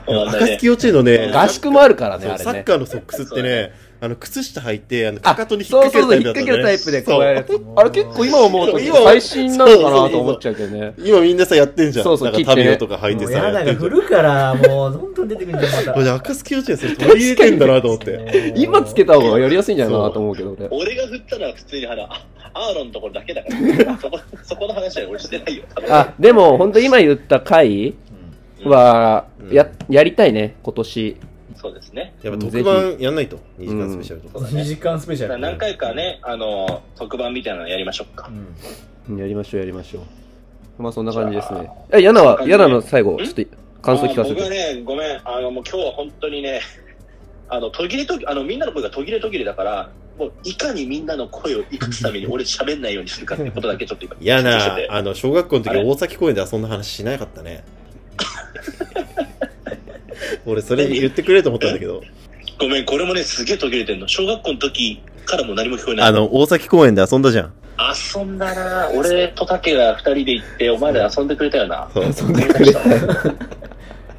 [SPEAKER 3] 終わんないね
[SPEAKER 6] 暁幼稚園のね、
[SPEAKER 4] 合宿もあるからね、
[SPEAKER 6] そう
[SPEAKER 4] あれ
[SPEAKER 6] サッ
[SPEAKER 4] ね。
[SPEAKER 6] カーのソックスってね、あの、靴下履いて、あの、
[SPEAKER 4] あ
[SPEAKER 6] かかとに引っ
[SPEAKER 4] そう
[SPEAKER 6] 掛け
[SPEAKER 4] そう
[SPEAKER 6] る
[SPEAKER 4] そう、
[SPEAKER 6] タイ
[SPEAKER 4] 引
[SPEAKER 6] プだ
[SPEAKER 4] っ
[SPEAKER 6] った
[SPEAKER 4] 掛
[SPEAKER 6] んだ
[SPEAKER 4] けるタイ
[SPEAKER 6] ね
[SPEAKER 4] プでこうやるや
[SPEAKER 6] そう
[SPEAKER 4] つ。あれ結構今思うと
[SPEAKER 6] 今は
[SPEAKER 4] 最新なのかなと思っちゃうけどね。
[SPEAKER 6] 今みんなさ、やってんじゃん。
[SPEAKER 4] そうそう
[SPEAKER 6] なん
[SPEAKER 4] 切っ
[SPEAKER 6] か
[SPEAKER 4] て
[SPEAKER 6] タ
[SPEAKER 4] ね
[SPEAKER 6] ミヤとか履い
[SPEAKER 1] も
[SPEAKER 6] て
[SPEAKER 1] う
[SPEAKER 6] さ、や
[SPEAKER 1] やだ
[SPEAKER 6] ってんじ
[SPEAKER 1] が
[SPEAKER 6] ゃ
[SPEAKER 1] 振
[SPEAKER 6] ん。
[SPEAKER 1] るから、もうどんどん出てくるんじゃん、ま
[SPEAKER 6] これ、
[SPEAKER 1] た。
[SPEAKER 6] 暁幼稚園それ取り入れてんだなと思って。
[SPEAKER 4] 今つけた方がやりやすいんじゃないかなと思うけど、俺。
[SPEAKER 3] 俺が振ったのは普通にあのあアーロンのところだけだから、そこそこの話は俺してないよ。多分
[SPEAKER 4] あ、でも、本当今言った回は、や、やりたいね、今年。
[SPEAKER 3] そうですね。
[SPEAKER 6] やっぱ特番やんないと。2時間スペシャルとか。
[SPEAKER 3] そうだ
[SPEAKER 1] 2
[SPEAKER 3] ね。
[SPEAKER 1] 時間スペシ
[SPEAKER 3] だから
[SPEAKER 1] ャル。
[SPEAKER 3] 何回かね、あの、特番みたいなのやりましょうか
[SPEAKER 1] う。
[SPEAKER 4] う
[SPEAKER 1] ん。
[SPEAKER 4] んやりましょう、やりましょう。まあ、そんな感じですね。え、ヤナは、ヤナの最後、ちょっと感想聞かせ
[SPEAKER 3] あ僕は
[SPEAKER 4] て。
[SPEAKER 3] ね、ごめん、あの、もう今日は本当にね、あの、途切れ途切れ、あの、みんなの声が途切れ途切れだから、もう、いかにみんなの声を生かすために俺喋んないようにするかってことだけちょっと今、
[SPEAKER 6] 嫌
[SPEAKER 3] 緊張して
[SPEAKER 6] な
[SPEAKER 3] て、
[SPEAKER 6] あの、小学校の
[SPEAKER 3] あ
[SPEAKER 6] 時
[SPEAKER 3] れ
[SPEAKER 6] 大崎公園で遊んだ話しなかったね。俺、それ言ってくれると思ったんだけど。
[SPEAKER 3] ごめん、これもね、すげえ途切れてんの。小学校の時からもう何も聞こえない。
[SPEAKER 6] あの、大崎公園で遊んだじゃん。
[SPEAKER 3] 遊んだな俺と竹が二人で行って、お前ら遊んでくれたよな。
[SPEAKER 6] そう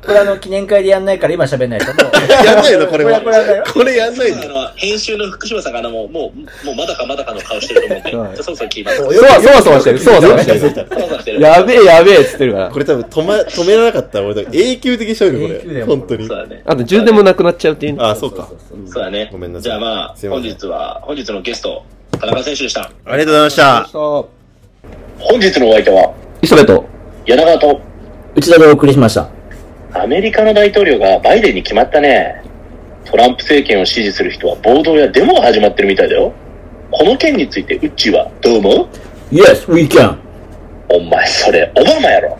[SPEAKER 1] これあの、記念会でやんないから今喋んないと。もう
[SPEAKER 6] やんない の、これ
[SPEAKER 1] これやんない
[SPEAKER 6] は
[SPEAKER 1] よ。
[SPEAKER 6] これやんない
[SPEAKER 3] あ
[SPEAKER 6] の。
[SPEAKER 3] の編集の福島さんがあのもう、もう、もうまだかまだかの顔してると思うんで、
[SPEAKER 4] はい
[SPEAKER 3] じゃあそろそろ聞います。そ
[SPEAKER 4] そわそわそわしてる、そわそわしてる。
[SPEAKER 3] ろそろしてる。
[SPEAKER 4] やべえ、やべえ、っつってるから
[SPEAKER 6] こ。れ多分止,、ま、止められなかったら俺多分永久的にしちゃうよ、こ
[SPEAKER 1] 永久だ
[SPEAKER 6] れ。
[SPEAKER 1] よ
[SPEAKER 6] 本当に
[SPEAKER 3] そ。うだね。
[SPEAKER 4] あと、充電もなくなっちゃうっていうね。
[SPEAKER 6] あ、そうか。
[SPEAKER 3] そうだね。
[SPEAKER 6] ごめんなさい
[SPEAKER 3] じゃあまあ、
[SPEAKER 6] すいませ
[SPEAKER 3] 本
[SPEAKER 6] ん
[SPEAKER 3] 日は、本日のゲスト、田中選手でした。
[SPEAKER 6] ありがとうございました。
[SPEAKER 3] 本日のお相手は、
[SPEAKER 4] 磯部と。
[SPEAKER 3] 柳川と、
[SPEAKER 1] うちだでお送りしました。
[SPEAKER 3] はアメリカの大統領がバイデンに決まったね。トランプ政権を支持する人は暴動やデモが始まってるみたいだよ。この件について、うっちーはどう思う
[SPEAKER 1] Yes, we can!
[SPEAKER 3] お前、それ、オバマやろ。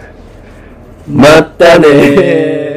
[SPEAKER 4] またねー。